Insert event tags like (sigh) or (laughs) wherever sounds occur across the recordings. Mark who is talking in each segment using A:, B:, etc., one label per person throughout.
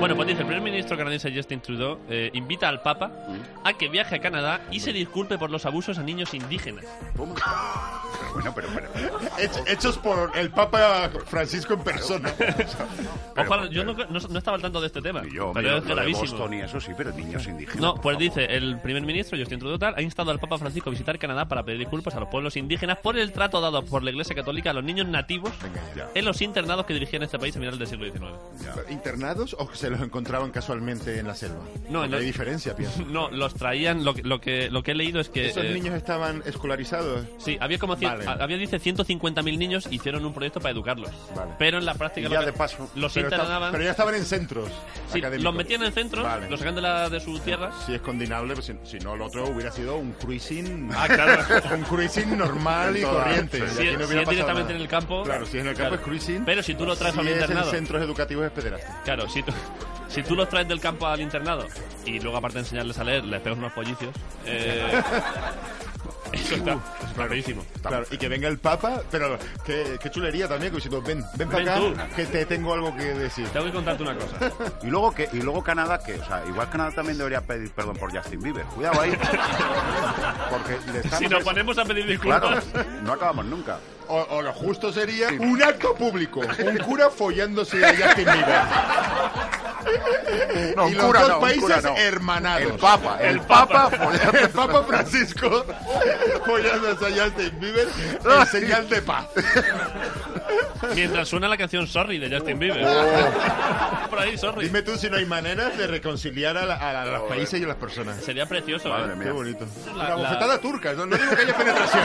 A: Bueno, pues dice, el primer ministro canadiense Justin Trudeau eh, invita al Papa a que viaje a Canadá y se disculpe por los abusos a niños indígenas.
B: Pero bueno, pero bueno. Hech- hechos por el Papa Francisco en persona. Pero-
A: Ojalá, yo no, no- no estaba al tanto de este tema.
B: Y Yo,
A: pero
B: mira,
A: es
B: lo de
A: gravísimo.
B: Boston y eso sí, pero niños indígenas.
A: No,
B: por
A: pues
B: favor.
A: dice, el primer ministro Justin Trudeau tal, ha instado al Papa Francisco a visitar Canadá para pedir disculpas a los pueblos indígenas por el trato dado por la Iglesia Católica a los niños nativos
B: ya.
C: Eh,
A: en los internados que dirigían este país a finales del siglo XIX.
C: ¿Internados o que se los encontraban casualmente en la selva?
A: No, en
C: no
A: la-
C: hay diferencia, pienso.
A: (laughs) No, los traían, lo, que- lo que, lo que he leído es que...
C: Esos
A: (laughs) eh,
C: niños estaban escolarizados.
A: Sí, había como cien-
C: Vale.
A: ha- había dice 150.000 niños hicieron un proyecto para educarlos.
C: Vale.
A: Pero en la práctica
C: Y ya
A: lo que-
C: de paso.
A: los
C: pero, esta-
A: internaban,
C: pero ya estaban en centros.
A: sí,
C: académicos.
A: los metían en centros,
C: Vale.
A: los sacaban de, la- de su tierra.
C: Si es condinable, pues si, si no, el otro hubiera sido un cruising. (laughs)
A: Ah, claro.
C: un cruising normal y
B: Toda-
C: corriente.
A: Si,
C: y
B: sí.
C: aquí
A: es-
C: no
A: si
C: hubiera
A: es
C: pasado
A: directamente
C: nada.
A: en el campo.
C: Claro, si es en el campo es cruising.
A: Pero si tú lo traes
C: Si
A: al
C: es en
A: internado.
C: centros educativos es pederastia.
A: Claro, si tú, si tú los traes del campo al internado y luego aparte de enseñarles a leer, les pegas unos pollicios. eh, (laughs) eso está, eso está feísimo.
C: Claro, y que venga el Papa, pero qué, qué chulería también, que si tú, ven, ven
A: Ven
C: para acá,
A: tú.
C: que te tengo algo que decir.
A: Tengo que contarte una cosa.
B: Y luego, que, y luego Canadá, que, o sea, igual Canadá también debería pedir perdón por Justin Bieber. Cuidado (laughs) ahí. Porque le estamos.
A: Si nos ponemos a pedir
B: Claro,
A: disculpas.
B: no acabamos nunca.
C: O, o lo justo sería un acto público, un cura follándose a Justin Bieber.
B: (laughs) No,
C: y
B: un
C: los
B: cura
C: dos
B: no, un
C: países
B: cura no.
C: hermanados.
B: El Papa, el,
A: El
B: Papa.
A: Papa.
C: (laughs)
B: follándose.
C: El Papa
B: (laughs)
C: Francisco (laughs) follándose a Justin
B: (laughs)
C: Bieber en señal de paz.
A: Mientras suena la canción Sorry de Justin Bieber.
B: Oh.
A: (laughs) Por ahí, Sorry.
C: Dime tú si no hay maneras de reconciliar a, la- a la- a los países y a las personas.
A: Sería precioso,
B: Madre
A: ¿eh?
B: mía.
C: Qué bonito.
A: La-
C: Una
A: la-
C: bofetada turca, no, no digo que haya penetración.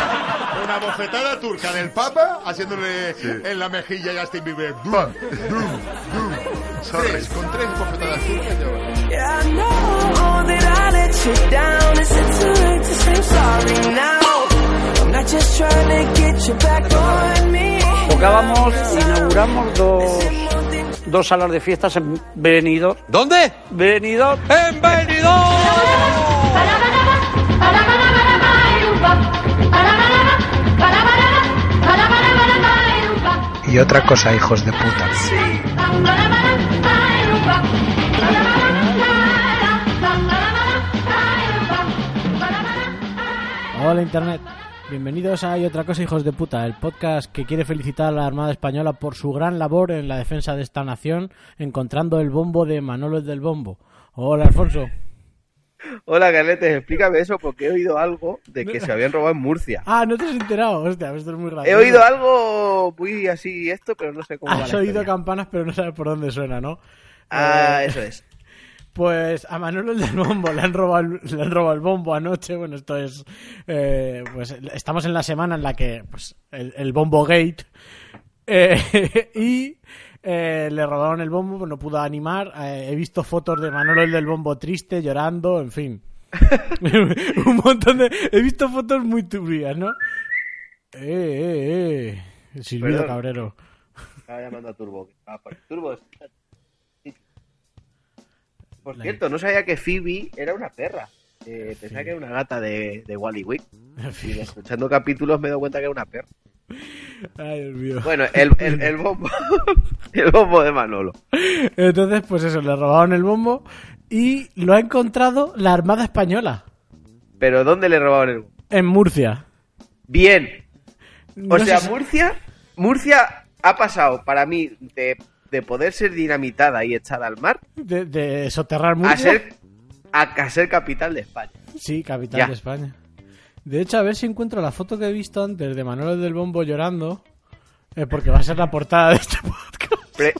C: Una bofetada turca del Papa haciéndole en la mejilla a Justin Bieber. Brum, brum, brum. Tres, con tres bofetadas turcas ya va.
D: Yeah, I know that I let you down. Is it too late to say I'm sorry now? I'm not just trying to get you back on me.
E: Tocábamos, inauguramos dos, dos salas de fiestas en Benidorm.
F: ¿Dónde?
E: Benidorm.
F: ¡En
G: Y otra cosa, hijos de puta.
H: Hola Internet, bienvenidos a Y otra cosa hijos de puta, el podcast que quiere felicitar a la Armada Española por su gran labor en la defensa de esta nación, encontrando el bombo de Manolo el del Bombo. Hola Alfonso.
I: Hola, Carletes, explícame eso porque he oído algo de que se habían robado en Murcia.
H: Ah, no te has enterado, hostia, esto es muy gracioso.
I: He oído algo muy así esto, pero no sé cómo va
H: Has
I: la
H: oído
I: historia.
H: campanas pero no sabes por dónde suena, ¿no?
I: Ah,
H: Eh,
I: eso es.
H: Pues a Manolo el del bombo le han robado el, le han robado el bombo anoche. Bueno, esto es. eh, pues estamos en la semana en la que. Pues el, el bombo gate. Eh, (laughs) y eh, le robaron el bombo, pues no pudo animar. Eh, he visto fotos de Manolo el del bombo triste, llorando, en fin. (laughs) Un montón de. He visto fotos muy turbias, ¿no? Eh, eh, eh. Silvido
I: Perdón.
H: Cabrero.
I: Estaba llamando a Turbo. que estaba por ahí. Turbo. está- Por cierto, no sabía que Phoebe era una perra. Eh, pensaba que era una gata de, de Wally Wick. Y escuchando capítulos me he dado cuenta que era una perra.
H: Ay, Dios mío.
I: Bueno, el, el, el bombo. (laughs) El bombo de Manolo.
H: Entonces, pues eso, le robaron el bombo y lo ha encontrado la Armada Española
I: Pero ¿dónde le robaron el bombo?
H: en Murcia.
I: Bien, O
H: No
I: sea,
H: sé si-
I: Murcia, Murcia ha pasado para mí de, de poder ser dinamitada y echada al mar
H: de, de soterrar
I: a
H: Murcia.
I: ser, a, a ser capital de España.
H: Sí, capital
I: Ya.
H: de España. De hecho, a ver si encuentro la foto que he visto antes de Manolo del Bombo llorando, eh, porque va a ser la portada de este podcast.
I: Pre-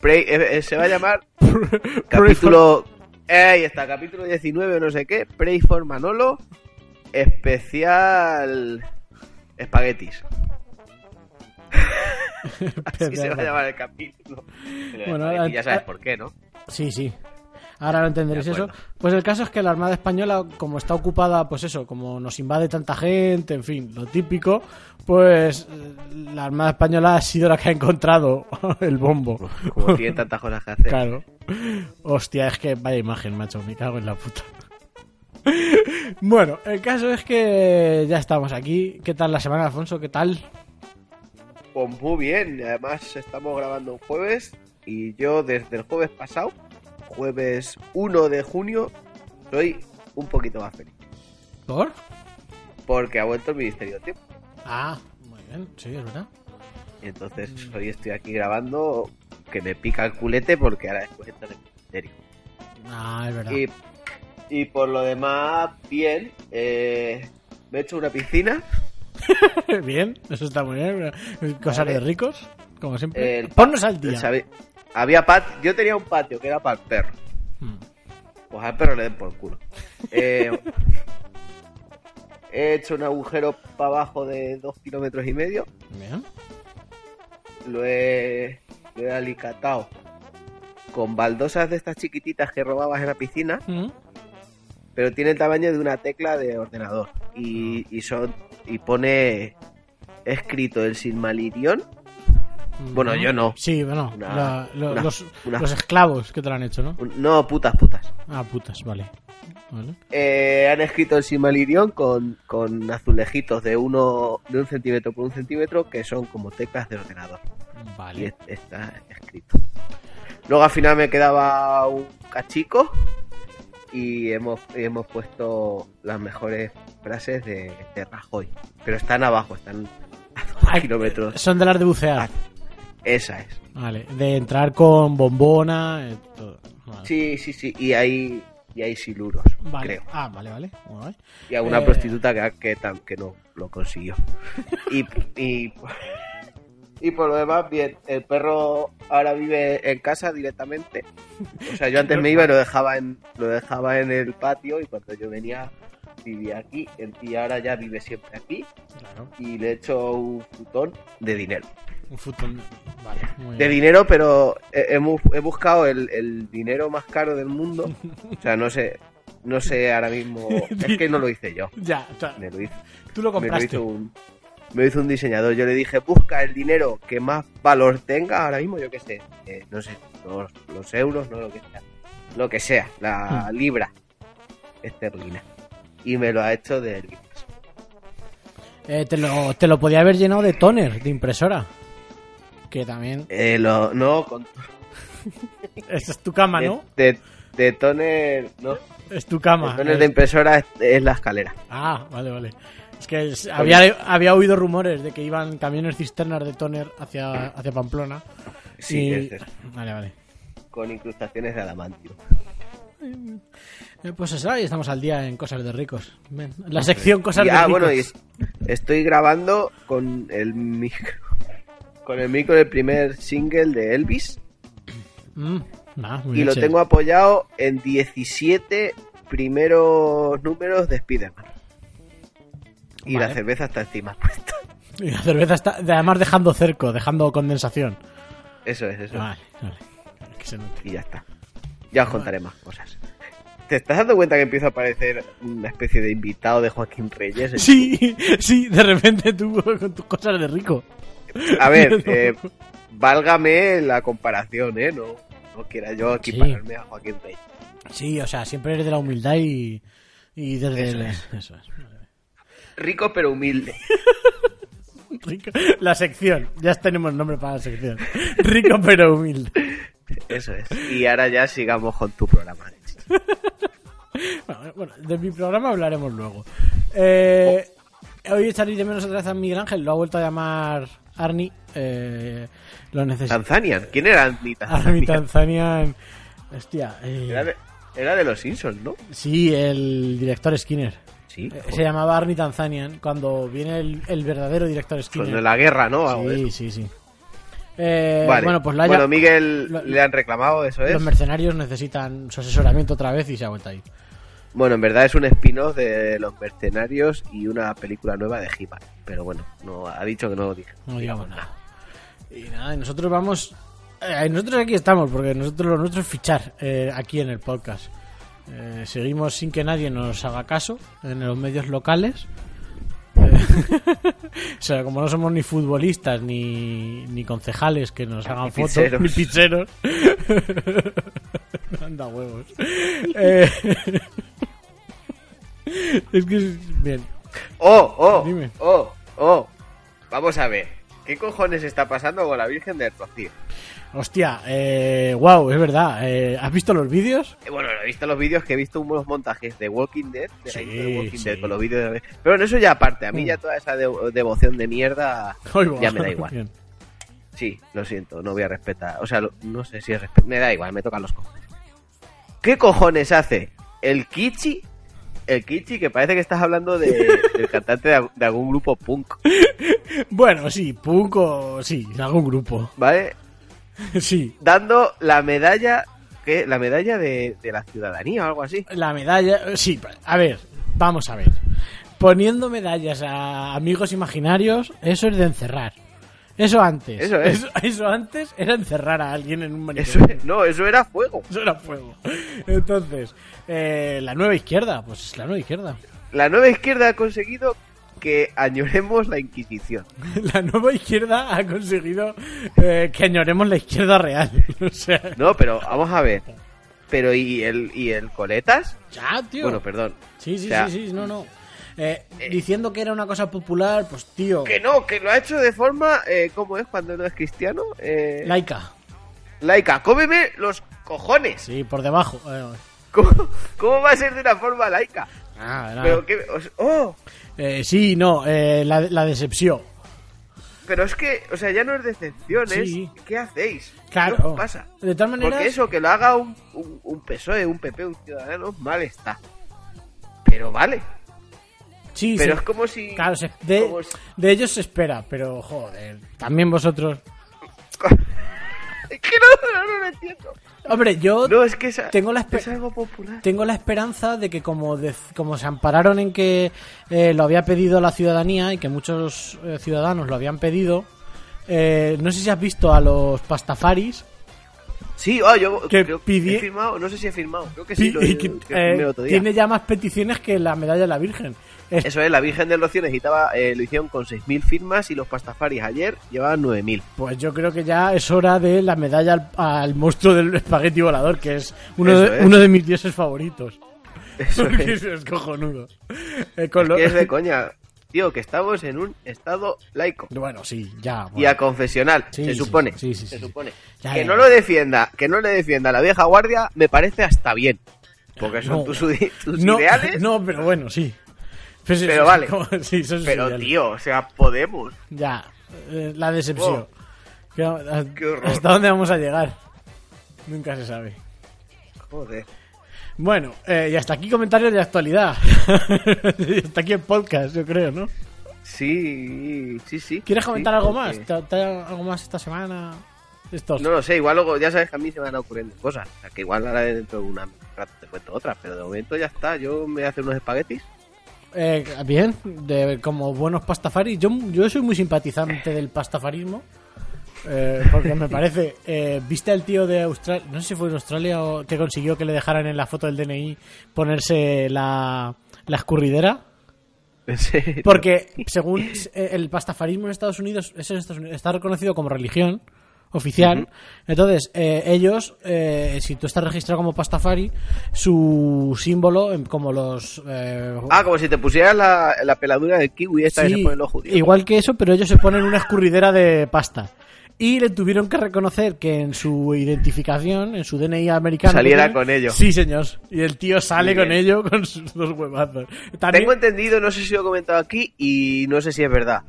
I: pre- eh, eh, se va a
H: (laughs)
I: llamar capítulo. eh, ahí está, capítulo 19, o no sé qué. Pray for Manolo, (laughs) especial. Espaguetis.
H: Así se va a llamar el capítulo.
J: Bueno,
H: Bueno,
J: ahora-
H: ya sabes por qué, ¿no?
J: Sí, sí. Ahora lo entenderéis
H: De
J: eso.
H: acuerdo.
J: Pues el caso es que la Armada Española, como está ocupada, pues eso, como nos invade tanta gente, en fin, lo típico, pues eh, la Armada Española ha sido la que ha encontrado (laughs) el bombo.
H: Como tiene tantas cosas que hacer.
J: Claro. Hostia, es que vaya imagen, macho, me cago en la puta. (laughs) Bueno, el caso es que ya estamos aquí. ¿Qué tal la semana, Alfonso? ¿Qué tal?
H: Pues muy bien, además estamos grabando un jueves y yo desde el jueves pasado, jueves 1 de junio, soy un poquito más feliz.
J: ¿Por?
H: Porque ha vuelto el Ministerio del Tiempo.
J: Ah, muy bien, sí, es verdad. Mm.
H: Y entonces hoy estoy aquí grabando que me pica el culete porque ahora después entra en el Ministerio.
J: Ah, es verdad.
H: Y, y por lo demás, bien. eh, me he hecho una piscina.
J: (laughs) Bien, eso está muy bien. Cosas
H: Vale.
J: de ricos, como siempre.
H: El
J: Ponnos
H: pa-
J: al día.
H: sabe- Había pat- yo tenía un patio que era para el perro.
J: Mm.
H: Pues al perro le den por culo. Eh, he hecho un agujero para abajo de dos kilómetros y medio.
J: Bien.
H: Lo he, lo he alicatado con baldosas de estas chiquititas que robabas en la piscina,
J: Mm.
H: pero tiene el tamaño de una tecla de ordenador. Y, y son y pone escrito el Silmarillion. Bueno, yo no.
J: Mm, Sí, bueno,
H: Una-
J: la- lo-
H: una-
J: los,
H: una-
J: los esclavos que te lo han hecho, ¿no?
H: Un- No, putas, putas.
J: Ah, putas, vale. Vale.
H: Eh, han escrito el Silmarillion con, con azulejitos de uno de un centímetro por un centímetro que son como teclas de ordenador. Y
J: Vale.
H: es- está escrito. Luego al final me quedaba un cachico y hemos, hemos puesto las mejores frases de, de Rajoy. Pero están abajo, están a dos
J: Ah,
H: (laughs) kilómetros.
J: Son de las de bucear.
H: Esa es.
J: Vale. De entrar con bombona. eh, todo. Vale.
H: Sí, sí, sí. Y hay, y hay siluros,
J: Vale.
H: creo.
J: Ah, vale, vale. Guay.
H: Y alguna
J: Eh.
H: prostituta que, que, tam- que no lo
J: (laughs)
H: consiguió. Y, y, y por lo demás, bien, el perro ahora vive en casa directamente. O sea, yo antes me iba y lo dejaba en, lo dejaba en el patio y cuando yo venía vivía aquí El- y ahora ya vive siempre aquí
J: Claro.
H: y le echo un futón de dinero.
J: Un futón. Vale. Muy
H: De
J: bien.
H: dinero, pero he, he bu- he buscado el, el dinero más caro
J: (laughs)
H: del mundo. O sea, no sé, no sé ahora mismo. Es que no lo hice yo.
J: Ya, o sea,
H: Me lo hizo.
J: tú lo
H: me lo
J: compraste.
H: hizo un me lo hizo un diseñador yo le dije busca el dinero que más valor tenga ahora mismo yo qué sé eh, no sé los, los euros no lo que sea lo que sea la
J: Hmm.
H: libra esterlina y me lo ha hecho de libras.
J: Eh, te, lo, te lo podía haber llenado de toner, de impresora. Que también.
H: Eh, lo- no con
J: (laughs) Esa es tu cama, ¿no?
H: de, de- de toner no
J: Es tu cama.
H: de toner de impresora es, es la escalera
J: Ah, vale, vale. Es que es- había, había oído rumores de que iban camiones cisternas de toner hacia, hacia Pamplona.
H: sí
J: Y-
H: es- es-
J: Vale, vale.
H: con incrustaciones de adamantio
J: Eh, Pues eso, ahí estamos al día en Cosas de Ricos. Ven, La sección Cosas
H: Y-
J: de
H: ah,
J: Ricos.
H: bueno, y es- estoy grabando con el micro. Con el micro del primer single de Elvis.
J: Mm, nah, muy
H: y
J: bien,
H: lo
J: che.
H: tengo apoyado en 17 primeros números de Spiderman. Y
J: Vale.
H: la cerveza está encima.
J: (laughs) Y la cerveza está, además, dejando cerco, dejando condensación.
H: Eso es, eso. es.
J: Vale, vale. Que se note.
H: Y ya está. Ya os contaré más cosas. ¿Te estás dando cuenta que empieza a aparecer una especie de invitado de Joaquín Reyes?
J: Sí, (laughs) sí, de repente tú con tus cosas de rico. (laughs)
H: A ver, eh, válgame la comparación, ¿eh? No, no quiera yo aquí
J: Sí.
H: pararme a Joaquín Reyes.
J: Sí, o sea, siempre eres de la humildad y, y desde
H: Eso
J: el-
H: es.
J: (laughs) eso es.
H: Rico pero humilde.
J: (laughs) Rico- La sección, ya tenemos nombre para la sección. Rico pero humilde.
H: Eso es. Y ahora ya sigamos con tu programa.
J: Bueno, bueno, de mi programa hablaremos luego. Eh, Hoy echaré de menos otra vez a Miguel Ángel, lo ha vuelto a llamar Arni. eh, lo necesito.
H: Tanzania. ¿Quién era Andy
J: Arni
H: Tanzania?
J: Tanzanian. Hostia. eh,
H: Era de, era de los Simpsons, ¿no?
J: Sí, el director Skinner.
H: Sí.
J: Eh, Se llamaba Arni Tanzanian cuando viene el, el verdadero director Skinner.
H: Cuando la guerra, ¿no? Algo de
J: Sí,
H: eso.
J: sí, sí. Eh,
H: Vale.
J: Bueno, pues lo ha
H: Bueno,
J: llam-
H: Miguel
J: lo-
H: le han reclamado, eso eh? es.
J: Los mercenarios necesitan su asesoramiento otra vez y se ha vuelto ahí.
H: Bueno, en verdad es un spin-off de Los Mercenarios y una película nueva de he Pero bueno, no ha dicho que no lo diga.
J: No digamos nada.
H: Y nada, y nosotros vamos. eh, nosotros aquí estamos, porque nosotros lo nuestro es fichar eh, aquí en el podcast. Eh, seguimos sin que nadie nos haga caso en los medios locales. Eh, (laughs) o sea, como no somos ni futbolistas ni, ni concejales que nos hagan fotos,
I: pizzeros.
H: ni pizzeros. (laughs) Anda huevos. Eh, (laughs) es que es- bien.
I: Oh, oh,
H: Dime.
I: oh, oh. Vamos a ver. ¿Qué cojones está pasando con la Virgen del Rocío?
H: Hostia, eh, wow, es verdad. Eh, ¿Has visto los vídeos?
I: Eh, Bueno, he visto los vídeos que he visto unos montajes de Walking Dead, de la
H: Sí,
I: intro de Walking
H: sí.
I: Dead con los vídeos de la Virgen. Pero en eso ya aparte, a mí
H: Mm.
I: ya toda esa de- devoción de mierda
H: (laughs) Ay, wow.
I: ya me da igual.
H: Bien.
I: Sí, lo siento, no voy a respetar. O sea, lo- no sé si es respetar. Me da igual, me tocan los cojones. ¿Qué cojones hace el Kichi? El Kichi, que parece que estás hablando
H: (laughs)
I: de- del cantante de, de algún grupo punk,
H: Bueno, sí, Punko, sí, en algún grupo.
I: ¿vale?
H: (laughs) Sí.
I: Dando la medalla, ¿qué? La medalla de, de la ciudadanía o algo así.
H: La medalla, sí, a ver, vamos a ver. Poniendo medallas a amigos imaginarios, eso es de encerrar. Eso antes.
I: Eso es.
H: Eso, eso antes era encerrar a alguien en un
I: Eso,
H: manicomio.
I: no, eso era fuego.
H: Eso era fuego. Entonces, eh, la nueva izquierda, pues la nueva izquierda.
I: La nueva izquierda ha conseguido que añoremos la Inquisición.
H: (laughs) La nueva izquierda ha conseguido eh, que añoremos la izquierda real. (laughs) O sea,
I: No, pero vamos a ver. Pero ¿y el, y el Coletas?
H: ya, tío.
I: Bueno, perdón.
H: Sí, sí,
I: O sea,
H: sí, sí, no, no. Eh, diciendo que era una cosa popular, pues tío,
I: Que no, que lo ha hecho de forma, eh, ¿cómo es cuando no es cristiano? Eh,
H: laica.
I: laica, cómeme los cojones.
H: Sí, por debajo. Eh,
I: ¿Cómo, cómo va a ser de una forma laica?
H: nada, nada.
I: Pero que, o sea, oh,
H: Eh, sí, no, eh, la, la decepción.
I: pero es que, o sea, ya no es decepciones.
H: Sí.
I: ¿Qué hacéis? ¿Qué
H: Claro.
I: os pasa?
H: De tal manera.
I: Porque eso, que lo haga un, un, un PSOE, un PP, un Ciudadanos, mal está. Pero vale.
H: Sí,
I: Pero
H: sí.
I: es como si...
H: Claro, se- de,
I: como si-
H: de ellos se espera, pero joder, también vosotros.
I: (laughs) Es que no, no, no lo entiendo.
H: Hombre, yo
I: No, es que esa-
H: tengo la espe-
I: es algo popular.
H: tengo la esperanza de que como, de- como se ampararon en que eh, lo había pedido la ciudadanía y que muchos eh, ciudadanos lo habían pedido, eh, no sé si has visto a los pastafaris
I: Sí, oh, yo
H: Que
I: creo
H: pidi-
I: he firmado, no sé si he firmado, creo que sí, lo
H: y
I: he
H: que,
I: creo que
H: eh,
I: firmé el otro día.
H: tiene ya más peticiones que la medalla de la Virgen. Es-
I: Eso es, la Virgen del Rocío necesitaba, eh, lo hicieron con 6.000 firmas y los pastafaris ayer llevaban 9.000.
H: Pues yo creo que ya es hora de la medalla al, al monstruo del espagueti volador, que es uno,
I: Eso
H: de,
I: es.
H: uno de mis dioses favoritos.
I: Eso
H: Porque
I: es,
H: eso es cojonudo. Eh, con lo-
I: que
H: (laughs)
I: es de coña. Tío, que estamos en un estado laico
H: Bueno, sí, ya.
I: y
H: bueno.
I: a confesional,
H: Sí,
I: se
H: sí,
I: supone.
H: sí, sí,
I: se
H: sí.
I: supone.
H: Ya,
I: que
H: ya,
I: no
H: ya.
I: lo defienda, que no le defienda la vieja guardia, me parece hasta bien. Porque son
H: Ah, No.
I: tus,
H: (laughs)
I: ide- tus
H: no,
I: ideales.
H: no, pero bueno, sí. Pero, sí,
I: Pero
H: sí,
I: vale.
H: (laughs) como- sí, son sus
I: pero
H: ideales.
I: tío, o sea, podemos. Oh.
H: Ya, eh, la decepción. Que- a-
I: Qué horror.
H: ¿Hasta dónde vamos a llegar? Nunca se sabe.
I: Joder.
H: Bueno, eh, y hasta aquí comentarios
I: (laughs)
H: de actualidad. y hasta aquí el podcast, yo creo, ¿no?
I: Sí, sí, sí.
H: ¿Quieres
I: Sí,
H: comentar algo más?
I: porque-
H: ¿Te- te- algo más esta semana? Estos.
I: No lo sé, igual luego, ya sabes que a mí se me van ocurriendo cosas. O sea, que igual ahora dentro de una rato te cuento otras, pero de momento ya está. Yo me voy a hacer unos espaguetis.
H: Eh, bien, de- como buenos pastafaris. Yo, yo soy muy simpatizante del pastafarismo. eh, porque me parece. eh, ¿Viste al tío de Australia? No sé si fue en Australia o que consiguió que le dejaran en la foto del DNI ponerse la,
I: (laughs)
H: la escurridera.
I: En serio.
H: Porque según eh, el pastafarismo en Estados Unidos, es en Estados Unidos, está reconocido como religión oficial. Entonces, eh, ellos, eh, si tú estás registrado como pastafari, su símbolo, em, como los... eh,
I: Ah, como si te pusieras la, la peladura del kiwi esta que
H: sí,
I: se ponen los judíos.
H: igual que eso, pero ellos se ponen una escurridera de pasta. Y le tuvieron que reconocer que en su identificación, en su DNI americano...
I: Saliera
H: que tiene-
I: con ello.
H: Sí, señor. Y el tío sale
I: Muy
H: con
I: bien.
H: ello con sus dos huevazos. También-
I: Tengo entendido, no sé si lo he comentado aquí y no sé si es verdad.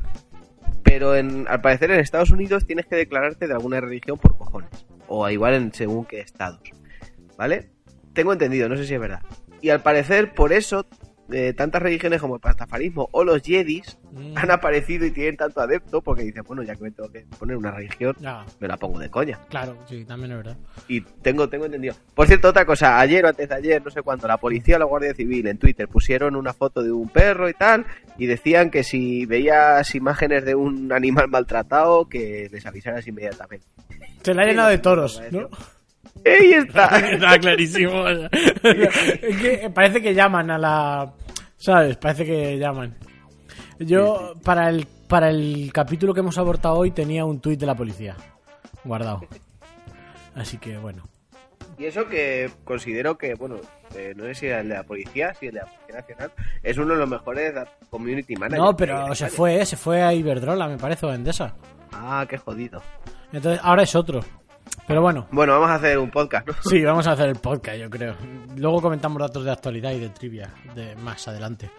I: Pero en, al parecer en Estados Unidos tienes que declararte de alguna religión por cojones. O igual en según qué estados. ¿Vale? Tengo entendido, no sé si es verdad. Y al parecer por eso eh, tantas religiones como el pastafarismo o los jedis
H: Mm.
I: han aparecido y tienen tanto adepto porque dicen, bueno, ya que me tengo que poner una religión,
H: Ya,
I: me la pongo de coña.
H: claro, sí, también es verdad.
I: Y tengo, tengo entendido. Por cierto, otra cosa, ayer o antes de ayer, no sé cuándo, la policía o la Guardia Civil en Twitter pusieron una foto de un perro y tal, y decían que si veías imágenes de un animal maltratado, que les avisaras inmediatamente.
H: Se la ha llenado de toros,
I: (laughs)
H: ¿no?
I: ¡Ahí
H: (laughs)
I: está!
A: Está clarísimo.
H: Es que parece que llaman a la. ¿Sabes? Parece que llaman. Yo, para el, para el capítulo que hemos abortado hoy, tenía un tuit de la policía guardado. Así que bueno.
I: Y eso que considero que, bueno, eh, no sé si era el de la policía, si el de la Policía Nacional, es uno de los mejores da- community managers.
H: No,
I: que hay en
H: pero se
I: España.
H: fue, ¿eh? se fue a Iberdrola, me parece, o a Endesa.
I: Ah, qué jodido.
H: Entonces, ahora es otro. Pero bueno,
I: Bueno, vamos a hacer un podcast, ¿no?
H: sí, vamos a hacer el podcast, yo creo. Luego comentamos datos de actualidad y de trivia de más adelante.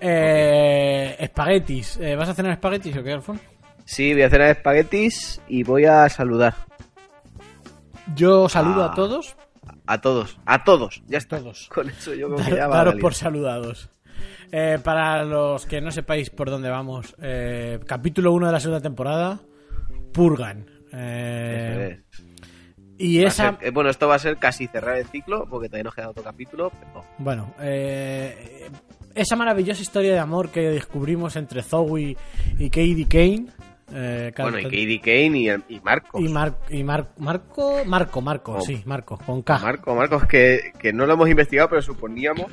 H: Eh, Espaguetis. Eh, ¿Vas a cenar espaguetis o qué, Alfonso?
I: Sí, voy a cenar espaguetis y voy a saludar
H: Yo saludo
I: Ah.
H: a todos.
I: a todos. A todos, ya está.
H: Todos.
I: Con eso yo creo que ya
H: Dar-
I: va
H: daros
I: valiendo.
H: por saludados. Eh, para los que no sepáis por dónde vamos, eh, capítulo 1 de la segunda temporada, Purgan.
I: Eso
H: Eh,
I: es.
H: y
I: Va a
H: esa...
I: ser- eh, bueno, esto va a ser casi cerrar el ciclo, porque todavía nos queda otro capítulo. pero-
H: Bueno, eh, esa maravillosa historia de amor que descubrimos entre Zoe y Katie Kane. eh,
I: Bueno, y
H: Kat-
I: Katie Kane y, el- y Marcos.
H: y Mar- y Mar- Marco, Marco, Marco,
I: Oh.
H: sí, Marco, con K.
I: Marco, Marcos, que, que no lo hemos investigado, pero suponíamos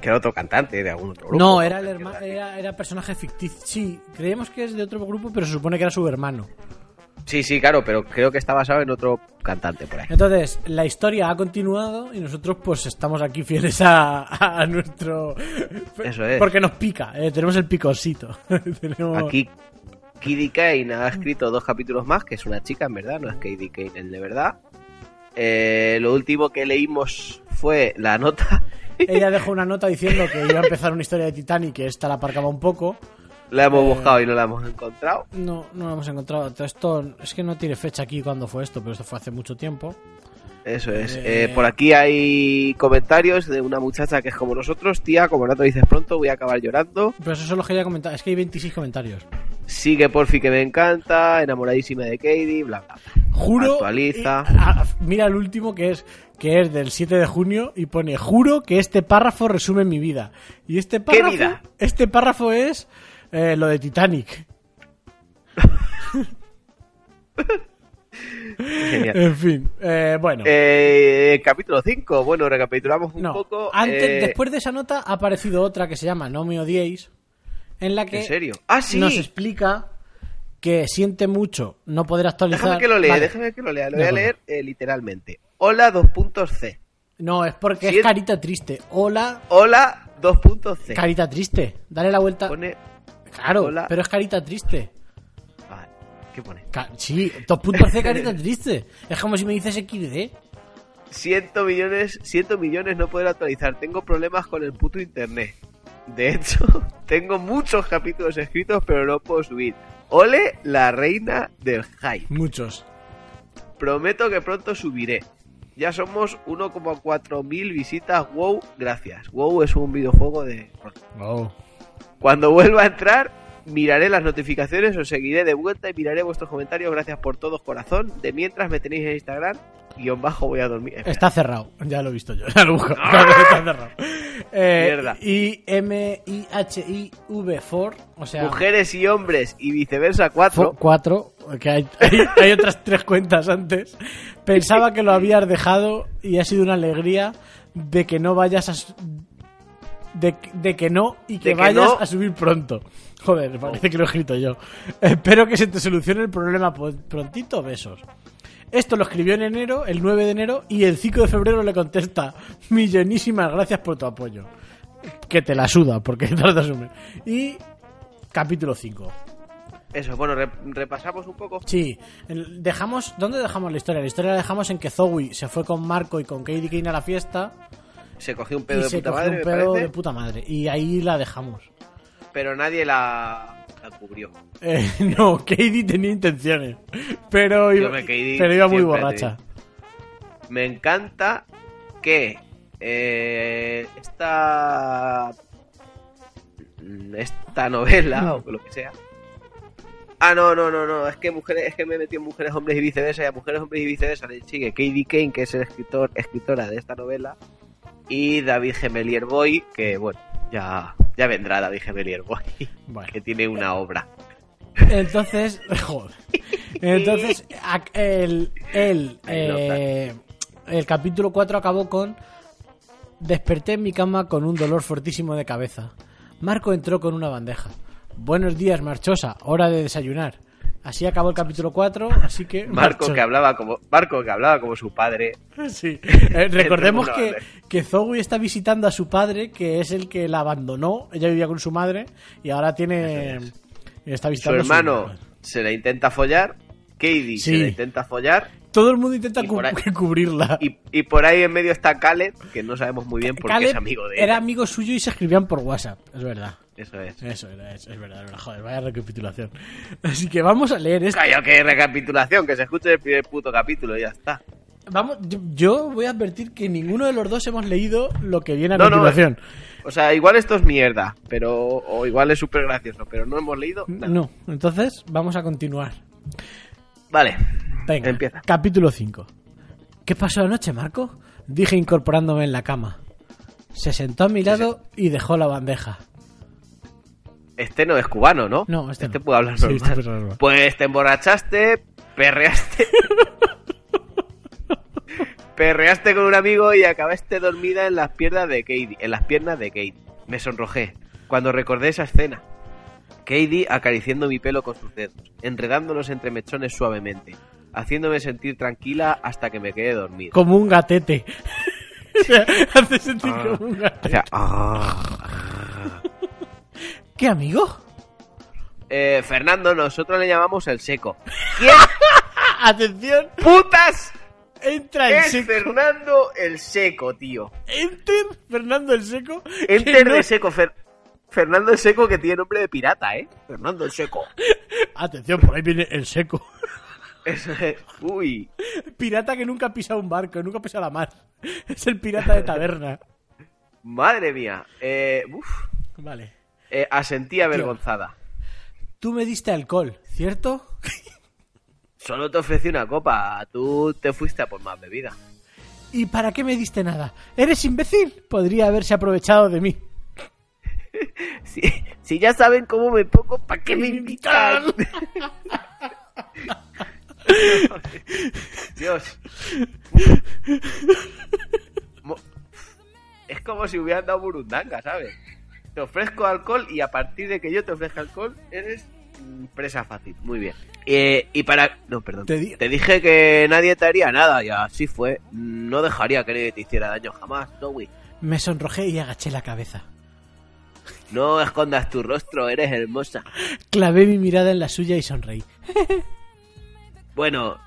I: que era otro cantante de algún otro grupo.
H: no, era el hermano,
I: hermano.
H: era, era personaje ficticio. Sí, creemos que es de otro grupo, pero se supone que era su hermano.
I: Sí, sí, claro, pero creo que está basado en otro cantante por ahí.
H: Entonces, la historia ha continuado y nosotros pues estamos aquí fieles a, a nuestro...
I: Eso es.
H: Porque nos pica, eh, tenemos el picosito. (laughs) Tenemos-
I: Aquí Kiddy Kane ha escrito dos capítulos más, que es una chica en verdad, no es Kiddy Kane el de verdad. Eh, lo último que leímos fue la nota.
H: Ella dejó una nota diciendo que iba a empezar una historia de Titanic, que esta la aparcaba un poco.
I: La hemos
H: Eh.
I: buscado y no la hemos encontrado.
H: No, no la hemos encontrado. Todo esto es que no tiene fecha aquí cuando fue esto, pero esto fue hace mucho tiempo.
I: Eso es.
H: Eh.
I: Eh, por aquí hay comentarios de una muchacha que es como nosotros. Tía, como no te dices pronto, voy a acabar llorando.
H: Pero eso son los que ella comentado. Es que hay 26 comentarios.
I: Sigue Porfi que me encanta. Enamoradísima de Katie, bla, bla. bla.
H: Juro.
I: Actualiza.
H: eh, a- a- mira el último que es que es del 7 de junio y pone juro que este párrafo resume mi vida. Y este párrafo
I: vida?
H: este párrafo es eh, lo de Titanic.
I: Genial.
H: En fin, eh, bueno.
I: Eh, capítulo 5. Bueno, recapitulamos un
H: no.
I: poco.
H: Antes,
I: eh,
H: después de esa nota ha aparecido otra que se llama No me odiéis, en la que
I: ¿En serio? Ah, sí.
H: nos explica que siente mucho no poder actualizar.
I: Déjame que lo lea,
H: Vale.
I: déjame que lo lea. Lo voy
H: De
I: a
H: acuerdo.
I: leer eh, literalmente. Hola 2.c.
H: No, es porque
I: Sien-
H: es carita triste. Hola,
I: Hola 2.c.
H: carita triste. Dale la vuelta.
I: Pone.
H: Claro,
I: hola.
H: pero es carita triste.
I: Ah, ¿Qué pone?
H: Ca- Sí,
I: (laughs)
H: 2.c carita triste. Es como si me dices XD.
I: 100 millones, 100 millones no poder actualizar. Tengo problemas con el puto internet. De hecho, (laughs) tengo muchos capítulos escritos, pero no puedo subir. Ole, la reina del hype.
H: Muchos.
I: Prometo que pronto subiré. Ya somos 1,4 mil visitas. Wow, gracias. Wow es un videojuego de.
H: Wow.
I: Cuando vuelva a entrar, miraré las notificaciones, os seguiré de vuelta y miraré vuestros comentarios. Gracias por todos, corazón. De mientras me tenéis en Instagram, guión bajo voy a dormir. Espera.
H: Está cerrado, ya lo he visto yo. (laughs) Ya lo he buscado. Está cerrado. Eh,
I: Mierda.
H: I M I H I V 4, o sea,
I: Mujeres y hombres y viceversa 4.
H: 4, que hay, hay, hay otras tres cuentas antes. Pensaba que lo habías dejado y ha sido una alegría de que no vayas a su- de, de que no y que
I: De que
H: vayas
I: no. Oh.
H: a subir pronto. Joder, parece que lo he escrito yo. Espero que se te solucione el problema po- prontito, besos. Esto lo escribió en enero, el 9 de enero, y el 5 de febrero le contesta, millonísimas gracias por tu apoyo. Que te la suda, porque (laughs) no lo asume. Y capítulo 5.
I: Eso, bueno, re- repasamos un poco.
H: Sí, el- dejamos. ¿Dónde dejamos la historia? La historia la dejamos en que Zoe se fue con Marco y con Katie Kane a la fiesta
I: Se cogió un pedo
H: y
I: de
H: se
I: puta
H: cogió
I: madre,
H: un
I: me
H: pedo
I: parece,
H: de puta madre. Y ahí la dejamos.
I: pero nadie la, la cubrió.
H: Eh, (laughs) no, Katie tenía intenciones, pero iba,
I: Yo me- Katie
H: pero iba muy
I: siempre
H: borracha.
I: Me encanta que eh, esta mm, esta novela o lo que sea. Ah, no, no, no, no, es que mujeres, es que me metí en mujeres, hombres y viceversa, y a mujeres, hombres y viceversa le sigue Katie Kane, que es el escritor, escritora de esta novela, y David Gemelier Boy, que bueno, ya, ya vendrá David Gemelier Boy, (laughs)
H: Bueno.
I: que tiene una obra.
H: Entonces, (laughs) joder. Entonces, ac- el, el, eh, el capítulo 4 acabó con... Desperté en mi cama con un dolor fortísimo de cabeza. Marco entró con una bandeja. Buenos días, marchosa. Hora de desayunar. Así acabó el capítulo 4, así que...
I: Marco
H: marchosa.
I: que hablaba como Marco que hablaba como su padre.
H: (laughs) Sí. Eh, recordemos
I: Entra
H: que,
I: por la
H: que Zoe está visitando a su padre, que es el que la abandonó. Ella vivía con su madre y ahora tiene. Está
I: Su
H: visitando a
I: hermano
H: madre.
I: se la intenta follar, Katie
H: Sí. Ah.
I: se la intenta follar
H: Todo el mundo intenta
I: Y
H: cu-
I: por ahí-
H: (laughs) cubrirla.
I: y, y por ahí en medio está Caleb, que no sabemos muy bien por qué
H: Caleb
I: es amigo de
H: era
I: ella.
H: amigo suyo y se escribían por WhatsApp, es verdad.
I: Eso es.
H: Eso era, es, es verdad, es verdad. Joder, vaya recapitulación. (laughs) Así que vamos a leer esto.
I: Calla, que recapitulación, que se escuche el primer puto capítulo y ya está.
H: Vamos, yo- yo voy a advertir que ninguno de los dos hemos leído lo que viene a
I: No, no,
H: continuación.
I: O sea, igual esto es mierda, pero o igual es súper gracioso, pero no hemos leído. nada.
H: no, entonces vamos a continuar.
I: Vale.
H: Venga,
I: Empieza.
H: capítulo 5. ¿Qué pasó anoche, Marco? Dije incorporándome en la cama. Se sentó a mi lado y dejó la bandeja.
I: Este no es cubano, ¿no?
H: No, este no.
I: puede hablar
H: Sí,
I: normal.
H: este puede hablar normal.
I: Pues te emborrachaste,
H: (laughs)
I: perreaste. perreaste con un amigo y acabaste dormida en las piernas de Katie. En las piernas de Katie. Me sonrojé cuando recordé esa escena. Katie acariciando mi pelo con sus dedos, enredándolos entre mechones suavemente, haciéndome sentir tranquila hasta que me quedé dormida.
H: Como un gatete. (laughs) O sea, Hace sentir como un
I: O
H: gatete.
I: sea, ah.
H: ¿Qué amigo?
I: Eh, Fernando, nosotros le llamamos el seco. ¿Quién
H: Ah, Atención,
I: putas
H: entra el
I: es
H: seco.
I: Fernando el seco,
H: (laughs)
I: tío?
H: Enter Fernando el seco. que
I: Enter
H: no-
I: de seco, Fer- Fernando el seco que tiene nombre de pirata, ¿eh? Fernando el seco.
H: Atención, por ahí viene el seco.
I: Eso es- (laughs) Uy,
H: Pirata que nunca ha pisado un barco, nunca ha pisado la mar. Es el pirata de taberna.
I: madre mía. Eh, uf.
H: Vale.
I: Eh, asentí avergonzada.
H: Tú me diste alcohol, ¿cierto?
I: Solo te ofrecí una copa, tú te fuiste a por más bebida.
H: ¿Y para qué me diste nada? ¿Eres imbécil? Podría haberse aprovechado de mí.
I: Si, si ya saben cómo me pongo, ¿para qué me
H: (laughs)
I: invitan? Dios. Mo- Es como si hubieran dado burundanga, ¿sabes? Te ofrezco alcohol y a partir de que yo te ofrezca alcohol, eres mm, presa fácil. Muy bien. Eh, y para... No, perdón.
H: Te di-
I: dije que nadie te haría nada y así fue. No dejaría que nadie te hiciera daño jamás, no, güey.
H: Me sonrojé y agaché la cabeza.
I: No escondas tu rostro, eres hermosa.
H: Clavé mi mirada en la suya y sonreí.
I: Bueno,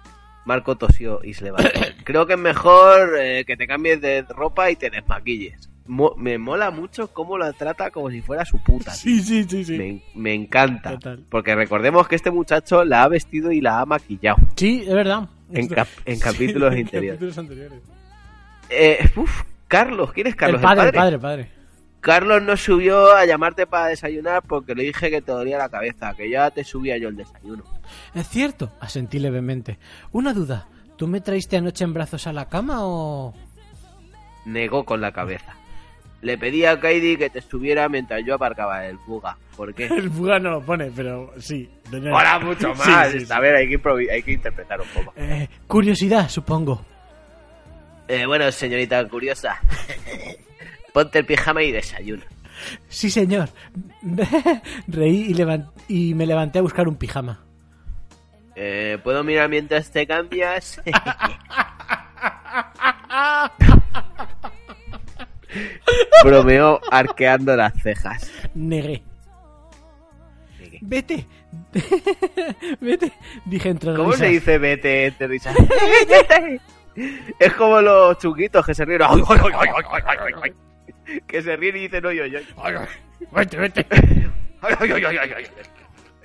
I: Marco tosió y se
H: (coughs)
I: levantó. Creo que es mejor eh, que te cambies de ropa y te desmaquilles. Mo- me mola mucho cómo la trata como si fuera su puta. tío.
H: Sí, sí, sí, sí.
I: Me, me encanta.
H: Total.
I: Porque recordemos que este muchacho la ha vestido y la ha maquillado.
H: Sí, es verdad.
I: En cap-
H: (laughs)
I: en capítulos
H: en
I: anteriores.
H: capítulos anteriores.
I: Eh, uf, Carlos, ¿quién es Carlos?
H: el padre, el padre, padre.
I: Carlos no subió a llamarte para desayunar porque le dije que te dolía la cabeza, que ya te subía yo el desayuno.
H: Es cierto, asentí levemente. Una duda, ¿tú me traíste anoche en brazos a la cama (laughs) o...?
I: negó con la cabeza. Le pedí a Katie que te estuviera mientras yo aparcaba el fuga. ¿Por qué?
H: buga no lo pone, pero sí.
I: Ahora mucho más. A ver, hay que, improvi- hay que interpretar un poco.
H: Eh, curiosidad, supongo.
I: Eh, bueno, señorita curiosa. (laughs) Ponte el pijama y desayuna.
H: Sí, señor. (laughs) Reí y, levan- y me levanté a buscar un pijama.
I: Eh, ¿Puedo mirar mientras te cambias? (laughs) Bromeó arqueando las cejas.
H: Negué. Vete. (laughs) Vete. Dije entre
I: ¿Cómo
H: risas.
I: se dice vete entre risas? (laughs) es como los chunguitos que se ríen. ¡Ay, ay, ay, ay, ay, ay, ay, ay! que se ríen y dicen oye, oye, oye.
H: Vete, vete.
I: (laughs) Ay, ay, ay, ay, ay, ay.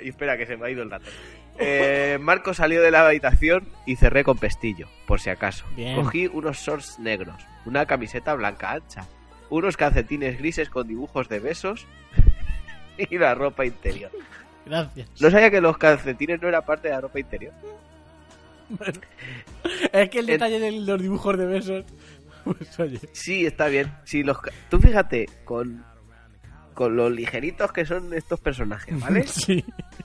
I: Y espera, que se me ha ido el rato. Eh, Marco salió de la habitación y cerré con pestillo, por si acaso.
H: Bien.
I: Cogí unos shorts negros, una camiseta blanca ancha, unos calcetines grises con dibujos de besos (laughs) y la ropa interior.
H: Gracias.
I: No sabía que los calcetines no era parte de la ropa interior.
H: Es que el detalle de los dibujos de besos. (laughs) Pues oye.
I: Sí, está bien. Si los ca- Tú fíjate, con, con los ligeritos que son estos personajes,
H: (laughs)
I: ¿vale?
H: Sí.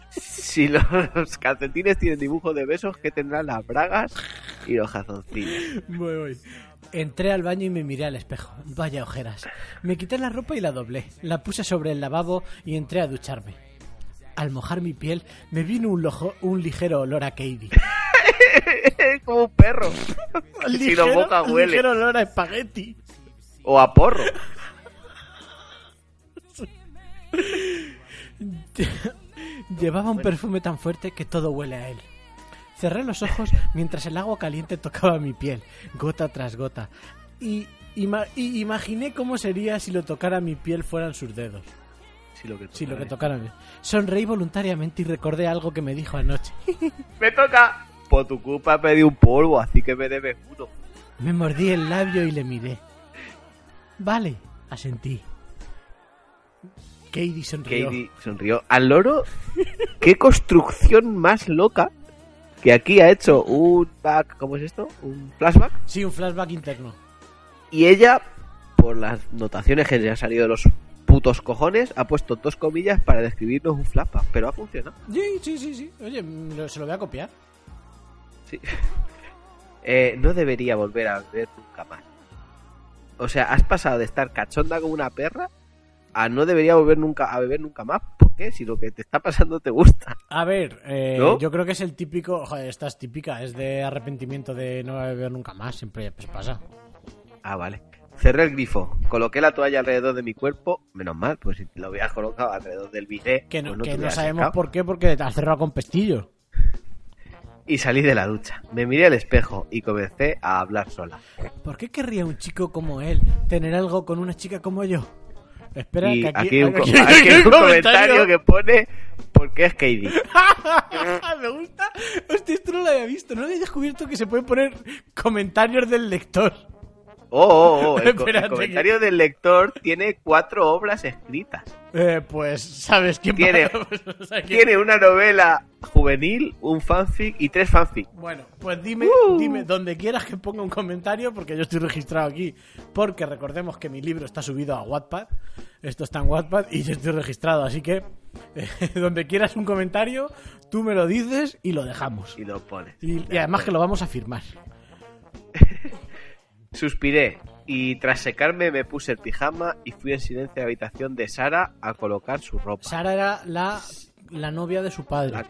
I: si los calcetines tienen dibujos de besos, que tendrán las bragas y los jazoncillos?
H: Voy, voy. Entré al baño y me miré al espejo. Vaya ojeras. Me quité la ropa y la doblé. La puse sobre el lavabo y entré a ducharme. Al mojar mi piel, me vino un, lojo- un ligero olor
I: (laughs)
H: a Katie.
I: Como un perro. si los boca
H: un
I: huele.
H: ligero olor a espagueti.
I: O a porro.
H: Llevaba un perfume tan fuerte que todo huele a él. Cerré los ojos mientras el agua caliente tocaba mi piel, gota tras gota, y, ima- y imaginé cómo sería si lo tocara mi piel fueran sus dedos.
I: Si lo que
H: Sí, lo que tocaran. Sonreí voluntariamente y recordé algo que me dijo (laughs) anoche.
I: ¡Me toca! Por tu culpa pedí un polvo, así que me debes uno.
H: Me mordí el labio y le miré. Vale, asentí. Katie sonrió.
I: Katie sonrió. Al loro, qué construcción más loca que aquí ha hecho un back, ¿cómo es esto? Un flashback.
H: Sí, un flashback interno.
I: Y ella, por las notaciones que le han salido de los putos cojones, ha puesto dos comillas para describirnos un flashback, pero ha funcionado.
H: Sí, sí, sí, sí. Oye, mm, lo- se lo voy a copiar.
I: Sí. Eh, no debería volver a ver nunca más. O sea, has pasado de estar cachonda como una perra a no debería volver nunca a beber nunca más. ¿Por qué? Si lo que te está pasando te gusta.
H: A ver, eh,
I: ¿No?
H: yo creo que es el típico. Joder, esta es típica, es de arrepentimiento de no beber nunca más. Siempre pues, pasa.
I: Ah, vale. Cerré el grifo, coloqué la toalla alrededor de mi cuerpo. Menos mal, pues si lo hubieras colocado alrededor del bidet,
H: Que no,
I: pues no te
H: que no
I: hubieras
H: sabemos
I: secado.
H: por qué, porque te has cerrado con pestillo.
I: Y salí de la ducha. Me miré al espejo y comencé a hablar sola.
H: ¿Por qué querría un chico como él tener algo con una chica como yo? Espera,
I: y
H: que aquí,
I: aquí, hay un, co-
H: aquí-
I: aquí hay un
H: aquí
I: comentario que pone ¿Por qué es Katie?
H: (laughs) Me gusta. Hostia, esto no lo había visto. No había descubierto que se pueden poner comentarios del lector.
I: Oh, oh, oh, el, co- el
H: Espérate que-
I: comentario del lector tiene cuatro obras escritas.
H: Eh, pues, ¿sabes quién
I: Tiene-
H: (laughs) o sea, quién-
I: Tiene una novela juvenil, un fanfic y tres fanfic.
H: Bueno, pues dime,
I: Uh.
H: dime donde quieras que ponga un comentario porque yo estoy registrado aquí. Porque recordemos que mi libro está subido a Wattpad. Esto está en Wattpad y yo estoy registrado. Así que (laughs) eh, donde quieras un comentario, tú me lo dices y lo dejamos.
I: Y lo pone.
H: Y, y además que lo vamos a firmar.
I: Suspiré y tras secarme me puse el pijama y fui en silencio a la habitación de Sara a colocar su ropa.
H: Sara era la, la novia de su padre.
I: La-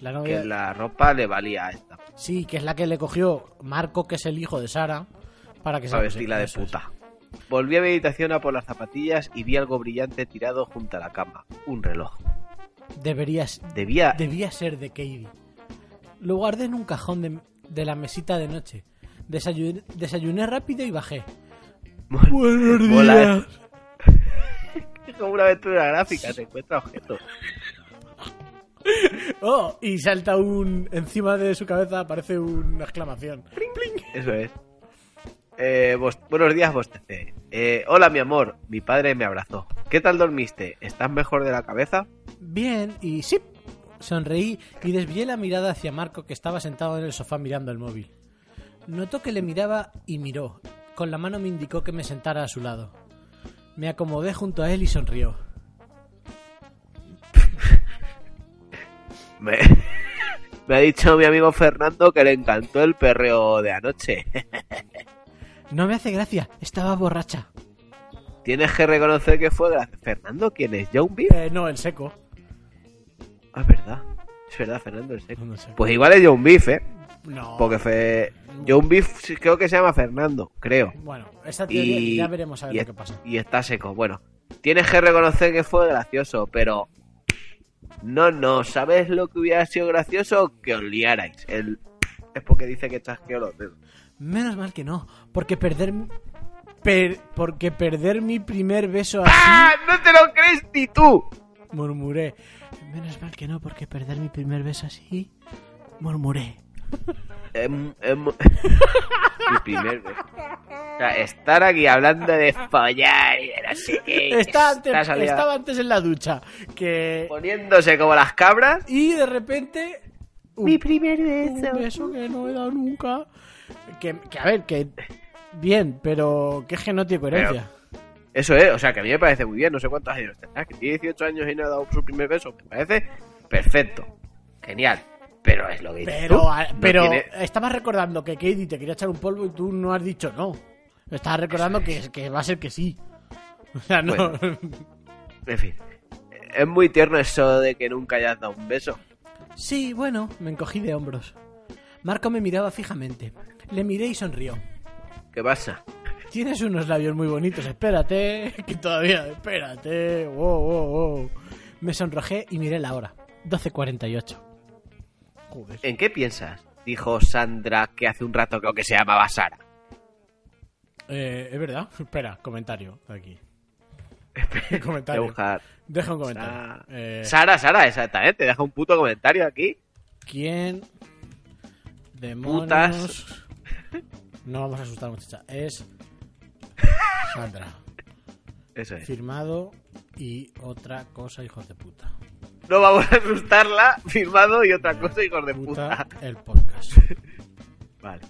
H: La novia
I: Que la ropa le valía a esta.
H: Sí, que es la que le cogió Marco, que es el hijo de Sara, para que se
I: Para vestirla de
H: eso es.
I: puta. Volví a mi habitación a por las zapatillas y vi algo brillante tirado junto a la cama. Un reloj.
H: Deberías,
I: Debía
H: debía ser de Katie. Lo guardé en un cajón de, de la mesita de noche. Desayuné, desayuné rápido y bajé. Buenos
I: Mola, ¿eh? Es (laughs) como una aventura gráfica, se encuentra objetos.
H: Oh, y salta un. Encima de su cabeza aparece una exclamación.
I: Eso es. Eh, bos- buenos días, bostecé. Eh, hola, mi amor. Mi padre me abrazó. ¿Qué tal dormiste? ¿Estás mejor de la cabeza?
H: Bien, y sí. Sonreí y desvié la mirada hacia Marco que estaba sentado en el sofá mirando el móvil. Notó que le miraba y miró. Con la mano me indicó que me sentara a su lado. Me acomodé junto a él y sonrió.
I: Me... (laughs) me ha dicho mi amigo Fernando que le encantó el perreo de anoche. (laughs)
H: No me hace gracia, estaba borracha.
I: Tienes que reconocer que fue gracias. ¿Fernando quién es? ¿John Beef?
H: Eh, no, el seco.
I: Ah, es verdad. Es verdad, Fernando, el seco.
H: No, no sé.
I: Pues igual es John Beef, ¿eh?
H: No.
I: Porque fe... John Beef sí- creo que se llama Fernando, creo.
H: Bueno, esa teoría
I: y
H: ya veremos a ver
I: y
H: lo
I: es-
H: que pasa.
I: y está seco. Bueno, tienes que reconocer que fue gracioso, pero no, no. ¿Sabes lo que hubiera sido gracioso? Que os liarais. El... Es porque dice que chasqueó los dedos.
H: Menos mal que no, porque perder... per- porque perder mi primer beso así...
I: ¡Ah! ¡No te lo crees ni tú!
H: Murmuré. Menos mal que no, porque perder mi primer beso así. Murmuré.
I: Em- em- (laughs) Mi primer beso. O sea, estar aquí hablando de follar y de no sé qué. y que
H: Está antes-
I: está salida-
H: estaba antes en la ducha. Que.
I: poniéndose como las cabras.
H: Y de repente. Mi primer beso. Un beso que no he dado nunca. Que, que, a ver, que. Bien, pero que es que no tiene coherencia.
I: Eso es, o sea, que a mí me parece muy bien, no sé cuántos años tendrás, que tiene 18 años y no ha dado su primer beso, me parece perfecto, genial, pero es lo que dices
H: Pero,
I: tú,
H: a-
I: no
H: pero
I: tiene-
H: estabas recordando que Katie te quería echar un polvo y tú no has dicho no. Estabas recordando que, que va a ser que sí. (laughs) O sea, no.
I: Bueno. en fin, es muy tierno eso de que nunca hayas dado un beso.
H: Sí, bueno, me encogí de hombros. Marco me miraba fijamente. Le miré y sonrió.
I: ¿Qué pasa?
H: Tienes unos labios muy bonitos, espérate, (laughs) que todavía, espérate, wow, wow, wow. Me sonrojé y miré la hora, 12.48. Joder.
I: ¿En qué piensas? Dijo Sandra, que hace un rato creo que se llamaba Sara.
H: Eh, es verdad, (laughs) espera, comentario aquí.
I: Voy a
H: (laughs) comentario.
I: buscar.
H: Deja un comentario.
I: Sara.
H: Eh,
I: Sara, Sara, exactamente, deja un puto comentario aquí.
H: ¿Quién? Demonios.
I: Putas.
H: No vamos a asustar, muchacha.
I: (laughs)
H: Es Sandra.
I: Eso es.
H: Firmado y otra cosa, hijos de puta.
I: No vamos a asustarla, firmado y otra cosa, hijos de puta.
H: El podcast.
I: Vale.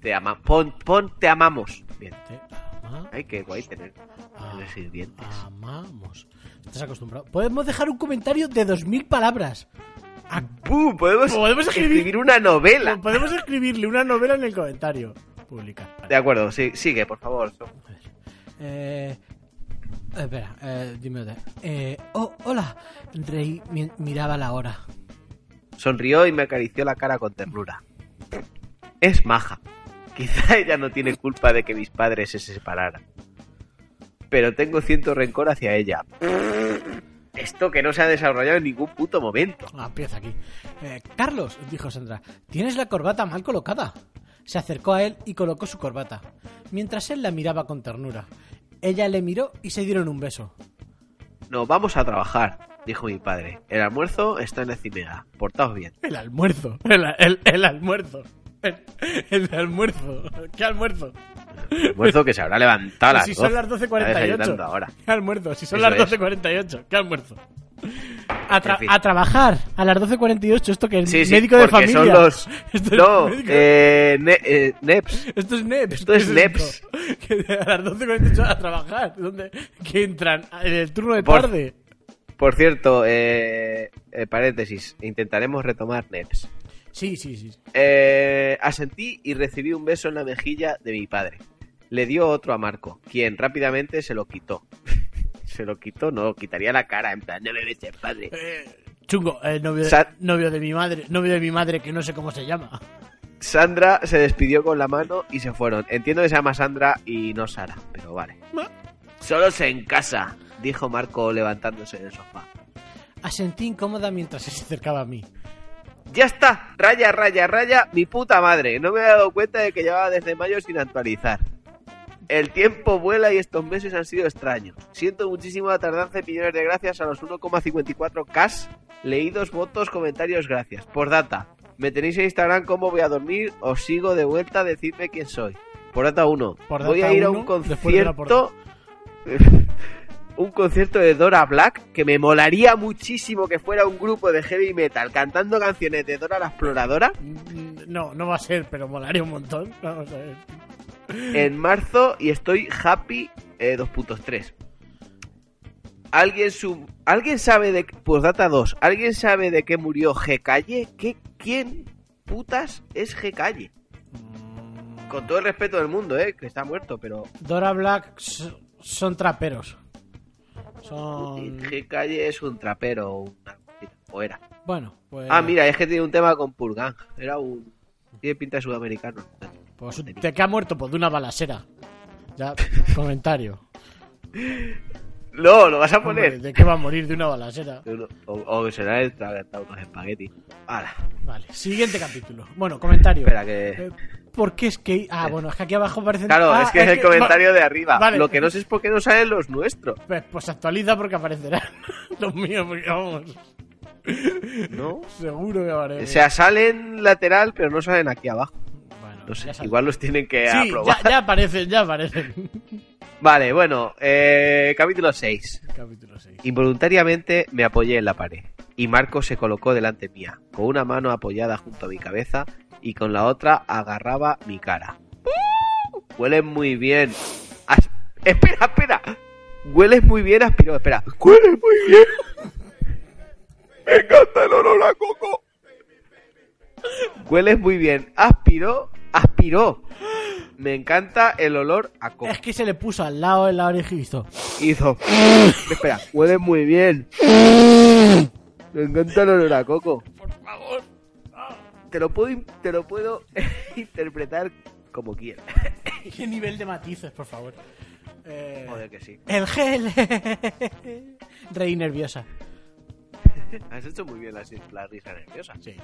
I: Te ama pon, pon te amamos. Bien.
H: Te ama-
I: Ay, qué guay tener,
H: Ah.
I: tener sirvientes.
H: amamos. Estás acostumbrado. Podemos dejar un comentario de 2000 palabras. A-
I: ¡Bum! Podemos,
H: Podemos escribir-
I: escribir... una novela.
H: Podemos escribirle una novela en el comentario. Publicar.
I: De acuerdo, sí, sigue, por favor.
H: Eh, espera, eh, dime otra. Eh, oh, hola. Rey mi- miraba la hora.
I: Sonrió y me acarició la cara con ternura. Es maja. Quizá (laughs) ella no tiene culpa de que mis padres se separaran. Pero tengo cierto rencor hacia ella. Esto que no se ha desarrollado en ningún puto momento.
H: Ah, empieza aquí. Eh, Carlos, dijo Sandra, tienes la corbata mal colocada. Se acercó a él y colocó su corbata, mientras él la miraba con ternura. Ella le miró y se dieron un beso.
I: No, vamos a trabajar, dijo mi padre. El almuerzo está en la cimera. Portaos bien.
H: El almuerzo. El, el- el almuerzo. El, el almuerzo. ¿Qué almuerzo?
I: Almuerzo que se habrá
H: (laughs)
I: levantado a las
H: Pues si son
I: 12.
H: las
I: Está
H: 12.48.
I: desayunando ahora.
H: ¿Qué almuerzo? Si son
I: Eso
H: las
I: es.
H: 12.48. ¿Qué almuerzo? A, tra-
I: En fin.
H: a trabajar a las 12.48. Esto que el
I: Sí, sí,
H: médico de
I: porque
H: familia.
I: son los...
H: (laughs) Esto es
I: No,
H: médico-
I: eh, ne- eh, Neps.
H: Esto es NEPS.
I: esto
H: ¿qué
I: es
H: (laughs)
I: NEPS.
H: Que a las 12.48 a trabajar. ¿Dónde? Que entran en el turno de
I: Por-
H: tarde.
I: Por cierto, eh, eh, paréntesis, intentaremos retomar Neps.
H: Sí, sí, sí.
I: Eh, asentí y recibí un beso en la mejilla de mi padre. Le dio otro a Marco, quien rápidamente se lo quitó. (laughs) se lo quitó, no, quitaría la cara, en plan, no me beses, padre.
H: Eh, chungo, el novio, de,
I: Sa-
H: novio de mi madre. Novio de mi madre que no sé cómo se llama.
I: Sandra se despidió con la mano y se fueron. Entiendo que se llama Sandra y no Sara, pero vale.
H: Ma-
I: Solos en casa, dijo Marco levantándose del sofá.
H: Asentí incómoda mientras se acercaba a mí.
I: Ya está, raya, raya, raya, mi puta madre. No me había dado cuenta de que llevaba desde mayo sin actualizar. El tiempo vuela y estos meses han sido extraños. Siento muchísimo la tardanza y millones de gracias a los 1,54k leídos, votos, comentarios, gracias. Por data, me tenéis en Instagram cómo voy a dormir, os sigo de vuelta, decidme quién soy. Por data 1,
H: Por
I: voy
H: data
I: a ir a
H: uno,
I: un
H: después de la
I: concierto. (laughs) un concierto de Dora Black que me molaría muchísimo que fuera un grupo de heavy metal cantando canciones de Dora la Exploradora.
H: Mm, No, no va a ser, pero molaría un montón. Vamos a ver.
I: en marzo y estoy happy eh, 2.3. ¿Alguien, sub- ¿Alguien sabe de... Pues data 2. ¿Alguien sabe de qué murió G. Calle? ¿Qué, ¿Quién putas es G. Calle? Con todo el respeto del mundo, ¿eh? Que está muerto, pero...
H: Dora Black s- son traperos. Son.
I: G. Calle es un trapero o una... O era.
H: Bueno, pues.
I: Ah, mira, es que tiene un tema con Purgan. Era un... Tiene pinta de sudamericano.
H: Pues de que ha muerto por de una balacera.
I: (laughs)
H: Ya, comentario.
I: No, lo vas a poner.
H: Hombre, ¿De qué va a morir de una balacera?
I: O, o será el tragado unos espaguetis. Hala.
H: Vale, siguiente capítulo. Bueno, comentario.
I: Espera que...
H: Eh, por qué es que. Ah, bueno, es que aquí abajo parecen.
I: Claro,
H: Ah,
I: es que es el comentario de arriba.
H: Vale. eh,
I: Lo que no sé es por qué no salen los nuestros.
H: Pues, pues actualiza porque aparecerán (laughs) los míos, porque vamos.
I: ¿No?
H: Seguro que
I: O
H: aparece.
I: sea, salen lateral, pero no salen aquí abajo.
H: Bueno,
I: No sé,
H: ya sabes.
I: igual los tienen que
H: Sí,
I: aprobar.
H: ya, ya aparecen,
I: (laughs)
H: ya aparecen.
I: Vale, bueno, eh, capítulo 6.
H: Capítulo 6.
I: Involuntariamente me apoyé en la pared y Marco se colocó delante mía, con una mano apoyada junto a mi cabeza y con la otra agarraba mi cara. Hueles muy bien. As- espera, espera. Hueles muy bien, aspiró. Espera. Hueles muy bien. Me encanta el olor a coco. Hueles muy bien. Aspiró, aspiró. Me encanta el olor a coco
H: Es que se le puso al lado en la oreja y hizo.
I: hizo. Espera, huele muy bien. Me encanta el olor a coco. Por favor. Te lo puedo, in- te lo puedo (laughs) interpretar como quieras.
H: ¿Qué nivel de matices, por favor? Eh,
I: Joder, que sí.
H: El gel. (laughs) Rey nerviosa.
I: Has hecho muy bien la, la risa nerviosa.
H: Sí.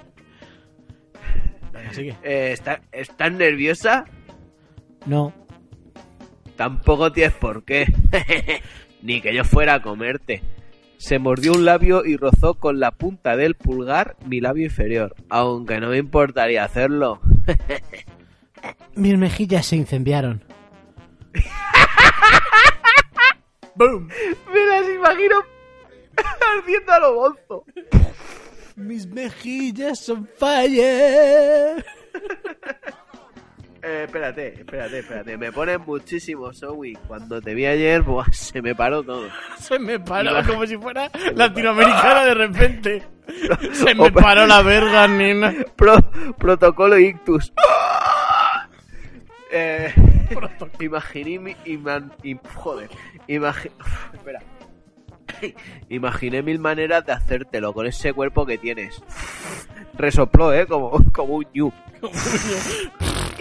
H: Venga, sigue.
I: Eh, ¿está- ¿Estás nerviosa?
H: No.
I: Tampoco tienes por qué. (laughs) Ni que yo fuera a comerte. Se mordió un labio y rozó con la punta del pulgar mi labio inferior. Aunque no me importaría hacerlo.
H: Mis mejillas se (laughs) incendiaron.
I: Me las imagino (laughs) ardiendo a lo bonzo.
H: Mis mejillas son fire.
I: Eh, espérate, espérate, espérate. Me pones muchísimo, Zoe. Cuando te vi ayer, buah, se me paró todo.
H: (laughs) Se me paró como si fuera latinoamericana de repente. Se me
I: Opa.
H: paró la verga, nena.
I: Pro- protocolo Ictus. Eh, imaginé mi- iman- im- joder. Imagi- (laughs) espera. Imaginé mil maneras de hacértelo con ese cuerpo que tienes. Resopló, ¿eh? Como, como un ñu. (laughs)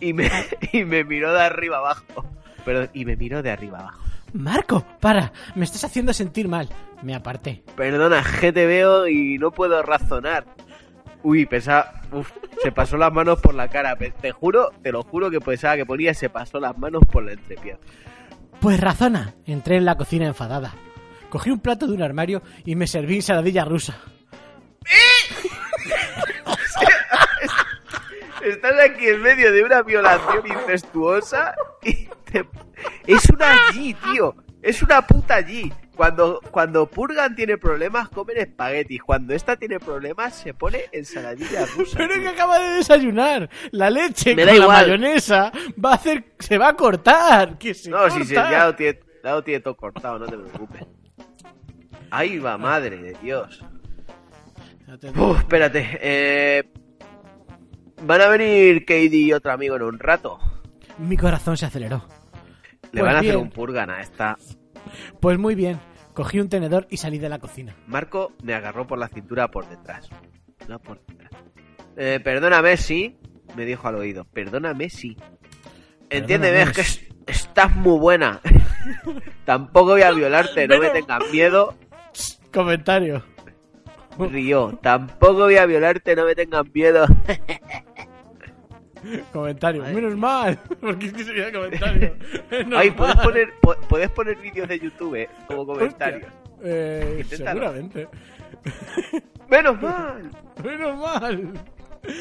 I: y, y me, y me miró de arriba abajo. Perdón, y me miró de arriba abajo.
H: Marco, para, me estás haciendo sentir mal. Me aparté.
I: Perdona, es que te veo y no puedo razonar. Uy, pensaba. Uf, se pasó las manos por la cara. Pe- Te juro, te lo juro que pensaba que ponía se pasó las manos por la entrepierna.
H: Pues razona. Entré en la cocina enfadada. Cogí un plato de un armario y me serví ensaladilla rusa.
I: Estás aquí en medio de una violación incestuosa y te- Es una allí, tío. Es una puta allí. Cuando, cuando Purgan tiene problemas, comen espaguetis. Cuando esta tiene problemas, se pone ensaladilla rusa.
H: Pero es
I: tío.
H: que acaba de desayunar. La leche
I: Me
H: con
I: da
H: la
I: igual.
H: mayonesa va a hacer, se va a cortar. Que se
I: No, si se,
H: corta.
I: ya lo tiene, ya lo tiene todo cortado, no te preocupes. Ahí va, madre de Dios.
H: No te-
I: Uf, espérate. eh, van a venir Katie y otro amigo en un rato.
H: Mi corazón se aceleró.
I: Le
H: Pues
I: van a hacer
H: bien.
I: un purgan a esta.
H: Pues muy bien. Cogí un tenedor y salí de la cocina.
I: Marco me agarró por la cintura por detrás. No por detrás. Eh, perdóname, sí. Me dijo al oído. Perdóname, sí. Entiéndeme, es
H: Perdóname,
I: que
H: sí.
I: es- estás muy buena. (laughs) Tampoco voy a violarte, no me
H: Menos-
I: tengas miedo.
H: Comentario.
I: Río, tampoco voy a violarte, no me tengas
H: (laughs)
I: miedo.
H: Comentario.
I: Ay.
H: Menos mal. (laughs) Porque es que
I: (laughs)
H: sería comentario. Menos
I: Ay, puedes
H: mal.
I: poner, po- puedes poner vídeos de YouTube eh, como comentarios.
H: (laughs) Hostia. Eh,
I: Inténtalo.
H: seguramente.
I: Menos mal.
H: Menos mal.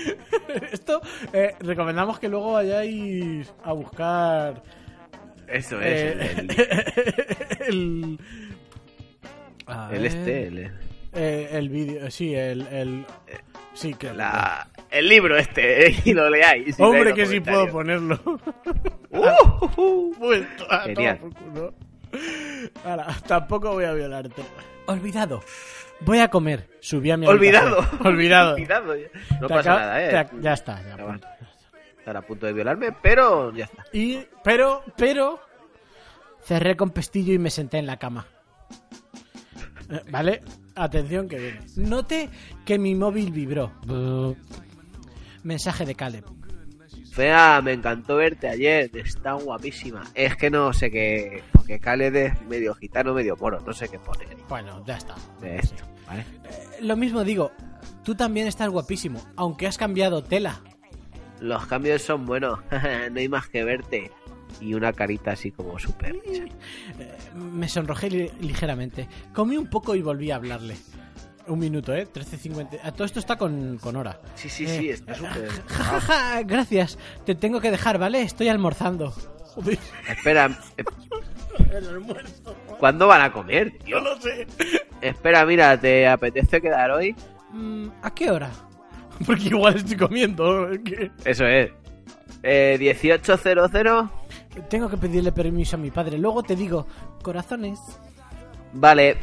H: (laughs) Esto eh, recomendamos que luego vayáis a buscar
I: Eso es.
H: eh,
I: el- (laughs) el- (laughs)
H: el, A
I: El
H: ver,
I: este, el,
H: eh, el vídeo, sí, el, el sí que
I: la- el libro este, eh, (laughs) y lo leáis. y
H: hombre
I: leáis
H: que
I: los
H: sí puedo
I: comentarios.
H: ponerlo. (laughs)
I: Uh, uh, uh.
H: Pues, a- a
I: Genial.
H: tomar por culo. Ahora, tampoco voy a violarte. Olvidado. Voy a comer. Subí a mi
I: Olvidado.
H: habitación. (laughs) Olvidado.
I: (laughs) Olvidado. No
H: Te
I: pasa
H: acaba-
I: nada, eh.
H: te ac- ya está, ya,
I: Estaba-
H: punto.
I: Estar a punto de violarme, pero ya está.
H: Y, pero, pero, cerré con pestillo y me senté en la cama. Eh, ¿Vale? Atención que viene. Noté que mi móvil vibró. Mensaje de Caleb.
I: Fea, me encantó verte ayer. Está guapísima. Es que no sé qué. Porque Khaled es medio gitano, medio moro. No sé qué pone
H: Bueno, ya está.
I: de esto, ¿vale?
H: Lo mismo digo, tú también estás guapísimo, aunque has cambiado tela.
I: Los cambios son buenos, (laughs) no hay más que verte. Y una carita así como súper.
H: Eh, Me sonrojé li- ligeramente. Comí un poco y volví a hablarle. Un minuto, ¿eh? 13.50. Ah, Todo esto está con, con hora.
I: Sí, sí, sí, está (laughs) súper.
H: Ja, ja, gracias. Te tengo que dejar, ¿vale? Estoy almorzando. Joder,
I: Espera, eh,
H: el almuerzo.
I: ¿cuándo van a comer? tío?
H: Yo lo sé.
I: Espera, mira, ¿te apetece quedar hoy?
H: Mm, ¿A qué hora? Porque igual estoy comiendo. ¿eh? ¿Qué?
I: Eso es. Eh, 1800.
H: Tengo que pedirle permiso a mi padre. Luego te digo, corazones.
I: Vale,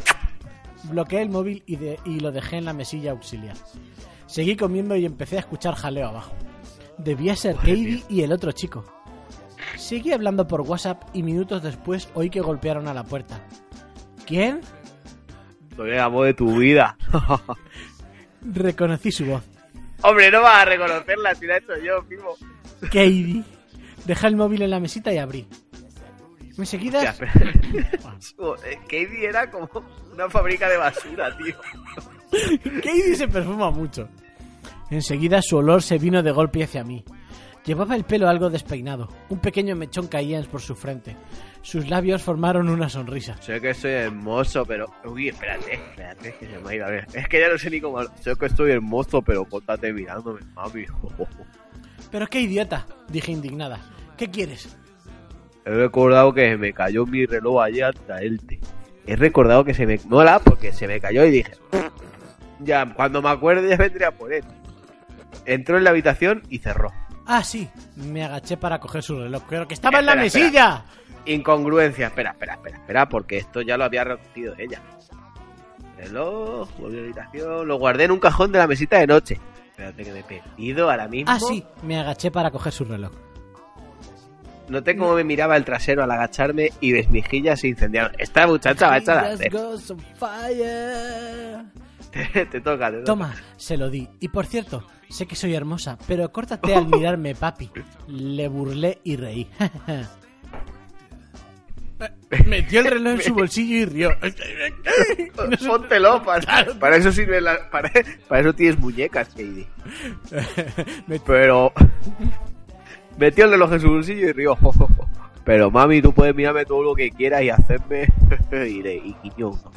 H: Bloqueé el móvil y, de- y lo dejé en la mesilla auxiliar. Seguí comiendo y empecé a escuchar jaleo abajo. Debía ser Katie y el otro chico. Seguí hablando por WhatsApp y minutos después oí que golpearon a la puerta. ¿Quién?
I: soy el amo de tu vida. (laughs)
H: Reconocí su voz.
I: Hombre, no vas a reconocerla si la he hecho yo, primo.
H: Katie. Dejé el móvil en la mesita y abrí. Enseguida...
I: Ya,
H: (laughs)
I: espera. Eh, Katie era como una fábrica de basura, tío.
H: Katie se perfuma mucho. Enseguida su olor se vino de golpe hacia mí. Llevaba el pelo algo despeinado. Un pequeño mechón caía por su frente. Sus labios formaron una sonrisa.
I: Sé que soy hermoso, pero. Uy, espérate, espérate, que se me ha ido a ver. Es que ya no sé ni cómo. Sé que estoy hermoso, pero contate mirándome, mami. (laughs)
H: Pero qué idiota, dije indignada. ¿Qué quieres?
I: He recordado que se me cayó mi reloj ayer al traerte. He recordado que se me. Mola, porque se me cayó y dije. Ya, cuando me acuerde ya vendré a por él. Entró en la habitación y cerró.
H: Ah, sí. Me agaché para coger su reloj. Creo que estaba en la
I: Espera, espera.
H: mesilla.
I: Incongruencia, espera, espera, espera, espera, porque esto ya lo había recogido ella. Reloj, volví a la habitación, lo guardé en un cajón de la mesita de noche. Espérate que me he perdido ahora mismo.
H: Ah, sí. Me agaché para coger su reloj.
I: Noté cómo me miraba el trasero al agacharme y mis mejillas se incendiaron. Esta muchacha va a echar a
H: Just
I: hacer.
H: goes on fire.
I: (laughs) Te, te toca, te toca.
H: Toma, se lo di. Y por cierto, sé que soy hermosa, pero córtate al mirarme, papi. Le burlé y reí. (laughs) Metió el reloj en su bolsillo y rió.
I: Póntelo, para, para eso sirve la, para, para eso tienes muñecas, Katie. Pero metió el reloj en su bolsillo y rió. (laughs) Pero mami, tú puedes mirarme todo lo que quieras y hacerme (laughs) y, le- y guiñó un ojo.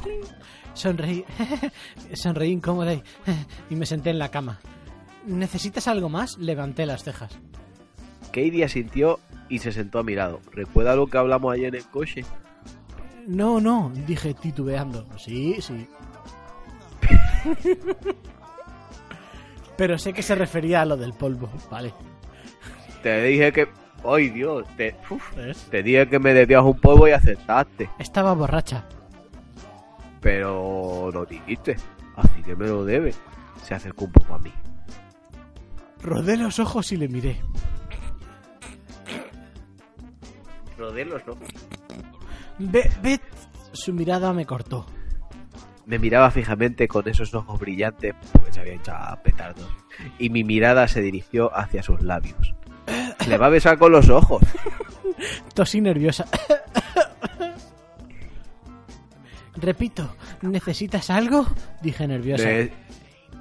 H: Sonreí, (laughs) sonreí incómoda y, y me senté en la cama. ¿Necesitas algo más? Levanté las cejas.
I: Katie asintió y se sentó a mi lado. ¿Recuerda lo que hablamos ayer en el coche?
H: No, no, dije titubeando. Sí, sí. (laughs) Pero sé que se refería a lo del polvo, vale.
I: Te dije que, ay Dios, te, uf,
H: ¿Ves?
I: te dije que me debías un polvo y aceptaste,
H: Estaba borracha.
I: pero no dijiste, así que me lo debes. Se acercó un poco a mí.
H: Rodé los ojos y le miré.
I: Rodelos, ¿no?
H: Ve, ve- Su mirada me cortó.
I: Me miraba fijamente con esos ojos brillantes, porque se había hecho a petardos, y mi mirada se dirigió hacia sus labios. Le va a besar con los ojos.
H: Tosí nerviosa. (coughs) Repito, ¿necesitas algo? Dije nerviosa.
I: Ne-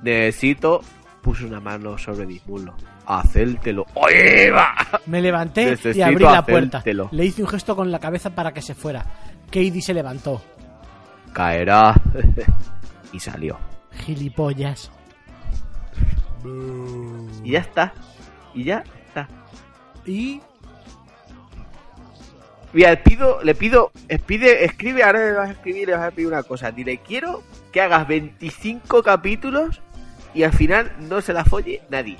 I: necesito. Puso una mano sobre mis muslos. Hacértelo. ¡Oye, va!
H: Me levanté y
I: Necesito
H: abrí la puerta.
I: hacértelo.
H: Le hice un gesto con la cabeza para que se fuera. Katie se levantó.
I: (laughs) Caerá. (laughs) y salió.
H: Gilipollas.
I: Y ya está. Y ya está.
H: Y
I: Mira, pido, le pido, eh, pide, escribe, ahora le vas a escribir, le vas a pedir una cosa. Dile, quiero que hagas 25 capítulos y al final no se la folle nadie.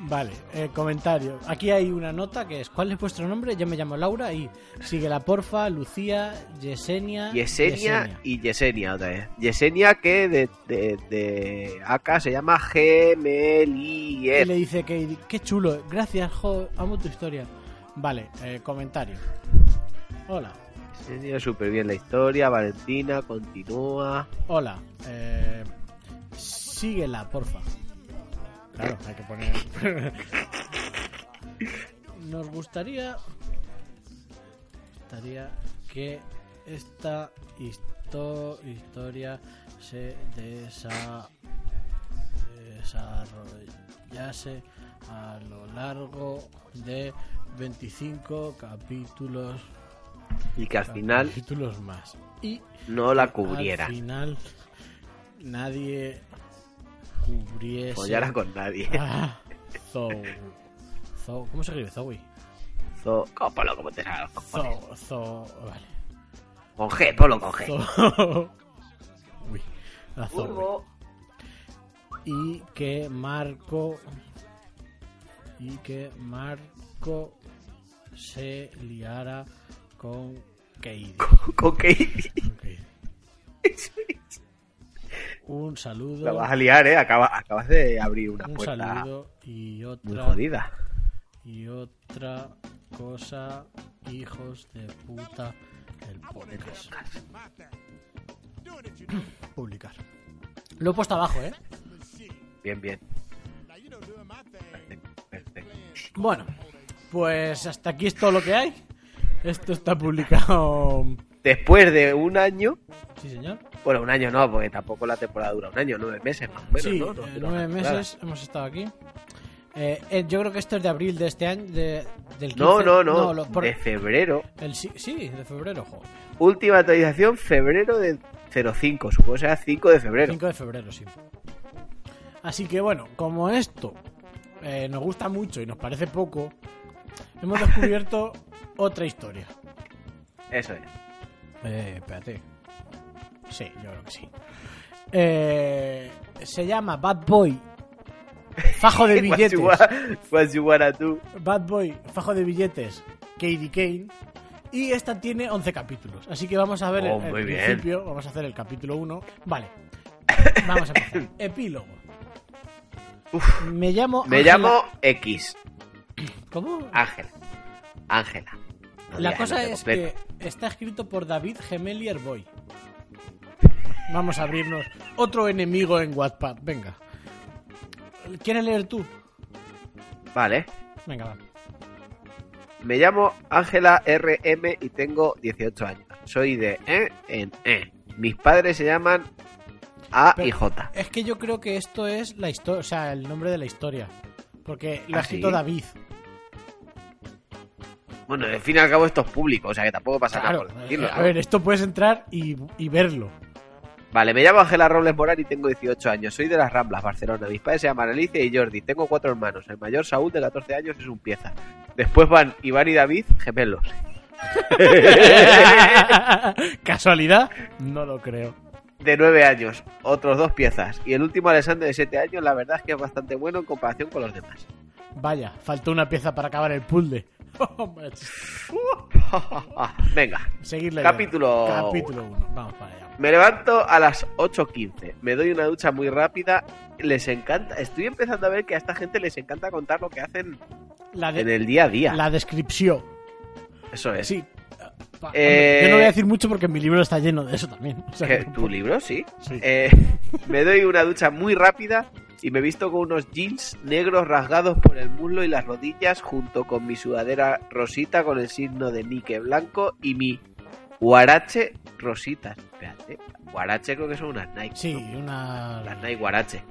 H: Vale, eh, comentario. Aquí hay una nota que es ¿Cuál es vuestro nombre? Yo me llamo Laura y sigue la porfa, Lucía, Yesenia.
I: Yesenia, y Yesenia otra vez. Yesenia que de, de, de acá se llama
H: Y le
I: Gemelier.
H: dice Katie, qué chulo, gracias, jo, amo tu historia. Vale, eh, comentario. Hola,
I: Yesenia, súper bien la historia. Valentina, continúa.
H: hola. eh, síguela, porfa. Claro, hay que poner... (laughs) Nos gustaría... gustaría que esta histo- historia se desa- desarrollase a lo largo de 25 capítulos
I: Y que al final
H: capítulos más. Y
I: no la
H: al
I: cubriera.
H: final nadie
I: Pues
H: cubriese
I: Follara
H: (laughs)
I: con nadie.
H: a Zou. Zou- ¿Cómo se escribe Zoe?
I: Zo- con- ponlo como te salga, con-
H: Zou, Zou, vale. (laughs)
I: Con G, ponlo con G.
H: Zou- Uy, a Zoe. Y que Marco y que Marco se liara con Katie.
I: (laughs) (laughs) Con G.
H: Ok. Un saludo.
I: La vas a liar, eh. Acaba- acabas de abrir una
H: un
I: puerta
H: saludo y
I: muy
H: otra
I: jodida.
H: y otra cosa, hijos de puta, el podcast. Publicar. Lo he puesto abajo, ¿eh?
I: Bien, bien. Perfecto, perfecto.
H: Bueno, pues hasta aquí es todo lo que hay. Esto está publicado.
I: Después de un año,
H: Sí, señor.
I: bueno, un año no, porque tampoco la temporada dura un año, nueve meses más o menos,
H: sí,
I: ¿no? No
H: eh,
I: dura
H: nueve
I: una temporada.
H: meses hemos estado aquí. Eh, eh, yo creo que esto es de abril de este año. De, del 15.
I: No, no, no,
H: lo- por-
I: de febrero.
H: el, sí, sí, de febrero, joder.
I: Última actualización, febrero de 05, supongo que sea 5 de febrero.
H: 5 de febrero, sí. Así que bueno, como esto eh, nos gusta mucho y nos parece poco, hemos (laughs) descubierto otra historia.
I: Eso es.
H: Eh, espérate. Sí, yo creo que sí. Eh, se llama Bad (laughs) Boy.
I: (laughs)
H: Fajo de
I: What
H: billetes.
I: you, wa- what you wanna do.
H: Bad Boy, Fajo de billetes. Katie Kane. Y esta tiene 11 capítulos. Así que vamos a ver
I: Oh,
H: el, el
I: muy bien.
H: principio. Vamos a hacer el capítulo 1. Vale. Vamos a
I: (coughs)
H: empezar. Epílogo. me llamo.
I: Me
H: Ángela-
I: llamo X,
H: ¿Cómo?
I: Ángela. Ángela. No
H: La
I: digas
H: cosa
I: nombre
H: es
I: completo.
H: que está escrito por David Gemelier Boy. Vamos a abrirnos otro enemigo en Wattpad. Venga. ¿Quieres leer tú?
I: Vale.
H: Venga, va.
I: Me llamo Ángela RM y tengo 18 años. Soy de E en E. Mis padres se llaman A
H: Pero-
I: y J.
H: Es que yo creo que esto es la historia, o sea, el nombre de la historia. Porque lo
I: ¿Ah,
H: ha escrito
I: sí?
H: David.
I: Bueno, al fin y al cabo esto es público, o sea que tampoco pasa
H: Claro.
I: nada por decirlo.
H: eh, a
I: ¿no?
H: ver, esto puedes entrar y, y verlo. (laughs)
I: Vale, me llamo Ángela Robles Morán y tengo 18 años. Soy de las Ramblas, Barcelona. Mis padres se llaman Alicia y Jordi. Tengo cuatro hermanos. El mayor, Saúl, de 14 años, es un pieza. Después van Iván y David, gemelos.
H: (laughs) ¿Casualidad? No lo creo.
I: De 9 años, otros dos piezas. Y el último, Alexander, de 7 años, la verdad es que es bastante bueno en comparación con los demás.
H: (laughs) Vaya, faltó una pieza para acabar el puzzle. (laughs)
I: Venga.
H: Seguirle.
I: Capítulo
H: Capítulo 1. Vamos para allá.
I: Me levanto a las 8.15. Me doy una ducha muy rápida. Les encanta. Estoy empezando a ver que a esta gente les encanta contar lo que hacen
H: La, de-
I: en el día a día.
H: la descripción.
I: Eso es.
H: Sí. Pa-
I: Eh,
H: hombre, Yo no voy a decir mucho porque mi libro está lleno de eso también. (laughs) O sea,
I: Que-
H: que-
I: ¿Tu libro? Sí.
H: Sí.
I: Eh, me doy una ducha muy rápida y me visto con unos jeans negros rasgados por el muslo y las rodillas junto con mi sudadera rosita con el signo de Nike blanco y mi guarache rosita. Espérate. Guarache creo que son unas Nike.
H: Sí,
I: ¿no?
H: una.
I: Las Nike guarache.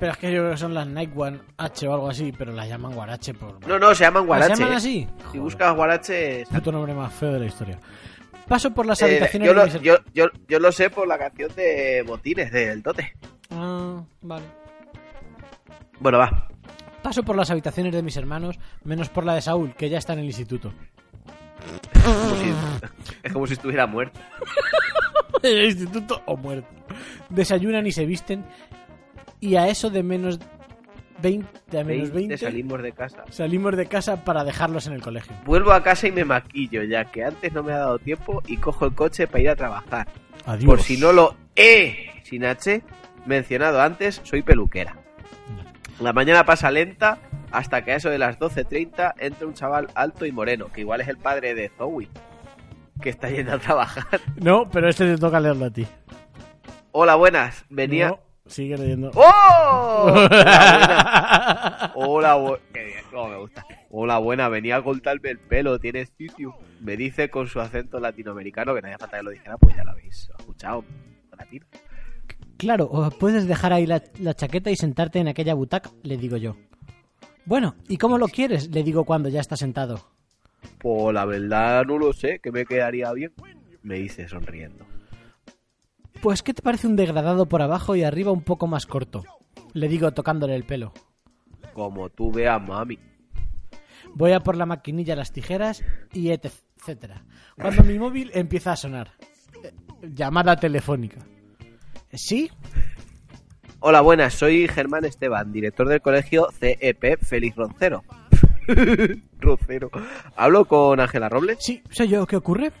H: Pero es que yo creo que son las Nike One H o algo así, pero las llaman Guarache por.
I: No, no, se llaman
H: ¿Las
I: guarache.
H: llaman
I: eh.
H: así?
I: Si
H: Joder,
I: buscas guarache... es-
H: Puto nombre más feo de la historia. Paso por las
I: Eh,
H: habitaciones
I: yo,
H: de
I: lo,
H: mis her-
I: yo, yo, yo lo sé por la canción de Botines, del Tote.
H: Ah, vale.
I: Bueno, va.
H: Paso por las habitaciones de mis hermanos, menos por la de Saúl, que ya está en el
I: (laughs)
H: instituto.
I: Como si- (laughs) es como si estuviera muerto.
H: en el instituto o muerto. Desayunan y se visten. Y a eso de menos 20, a menos 20
I: salimos de casa.
H: salimos de casa para dejarlos en el colegio.
I: Vuelvo a casa y me maquillo, ya que antes no me ha dado tiempo y cojo el coche para ir a trabajar.
H: Adiós.
I: Por si no lo he sin H mencionado antes, soy peluquera. La mañana pasa lenta hasta que a eso de las 12.30 entra un chaval alto y moreno, que igual es el padre de Zoe, que está yendo a trabajar.
H: No, pero este te toca leerlo a ti.
I: Hola, buenas. Venía...
H: No, sigue leyendo.
I: ¡Oh!
H: (laughs)
I: Hola, buena. Hola, bu- Qué bien, cómo me gusta. Hola, buena. Venía a cortarme el pelo. ¿Tienes sitio? Me dice con su acento latinoamericano, que no hacía falta que lo dijera, pues ya lo habéis escuchado. Latino.
H: Claro, o puedes dejar ahí la, la chaqueta y sentarte en aquella butaca, le digo yo. Bueno, ¿y cómo lo quieres? Le digo cuando ya está sentado.
I: Pues la verdad no lo sé, que me quedaría bien. Me dice sonriendo.
H: Pues, ¿qué te parece un degradado por abajo y arriba un poco más corto? Le digo tocándole el pelo.
I: Como tú veas, mami.
H: Voy a por la maquinilla, las tijeras y etcétera. Cuando mi móvil empieza a sonar. Eh, Llamada telefónica. ¿Sí?
I: Hola, buenas, soy Germán Esteban, director del colegio CEP Feliz Roncero. (laughs) Roncero. Hablo con Ángela Robles.
H: Sí, soy yo. ¿Qué ocurre?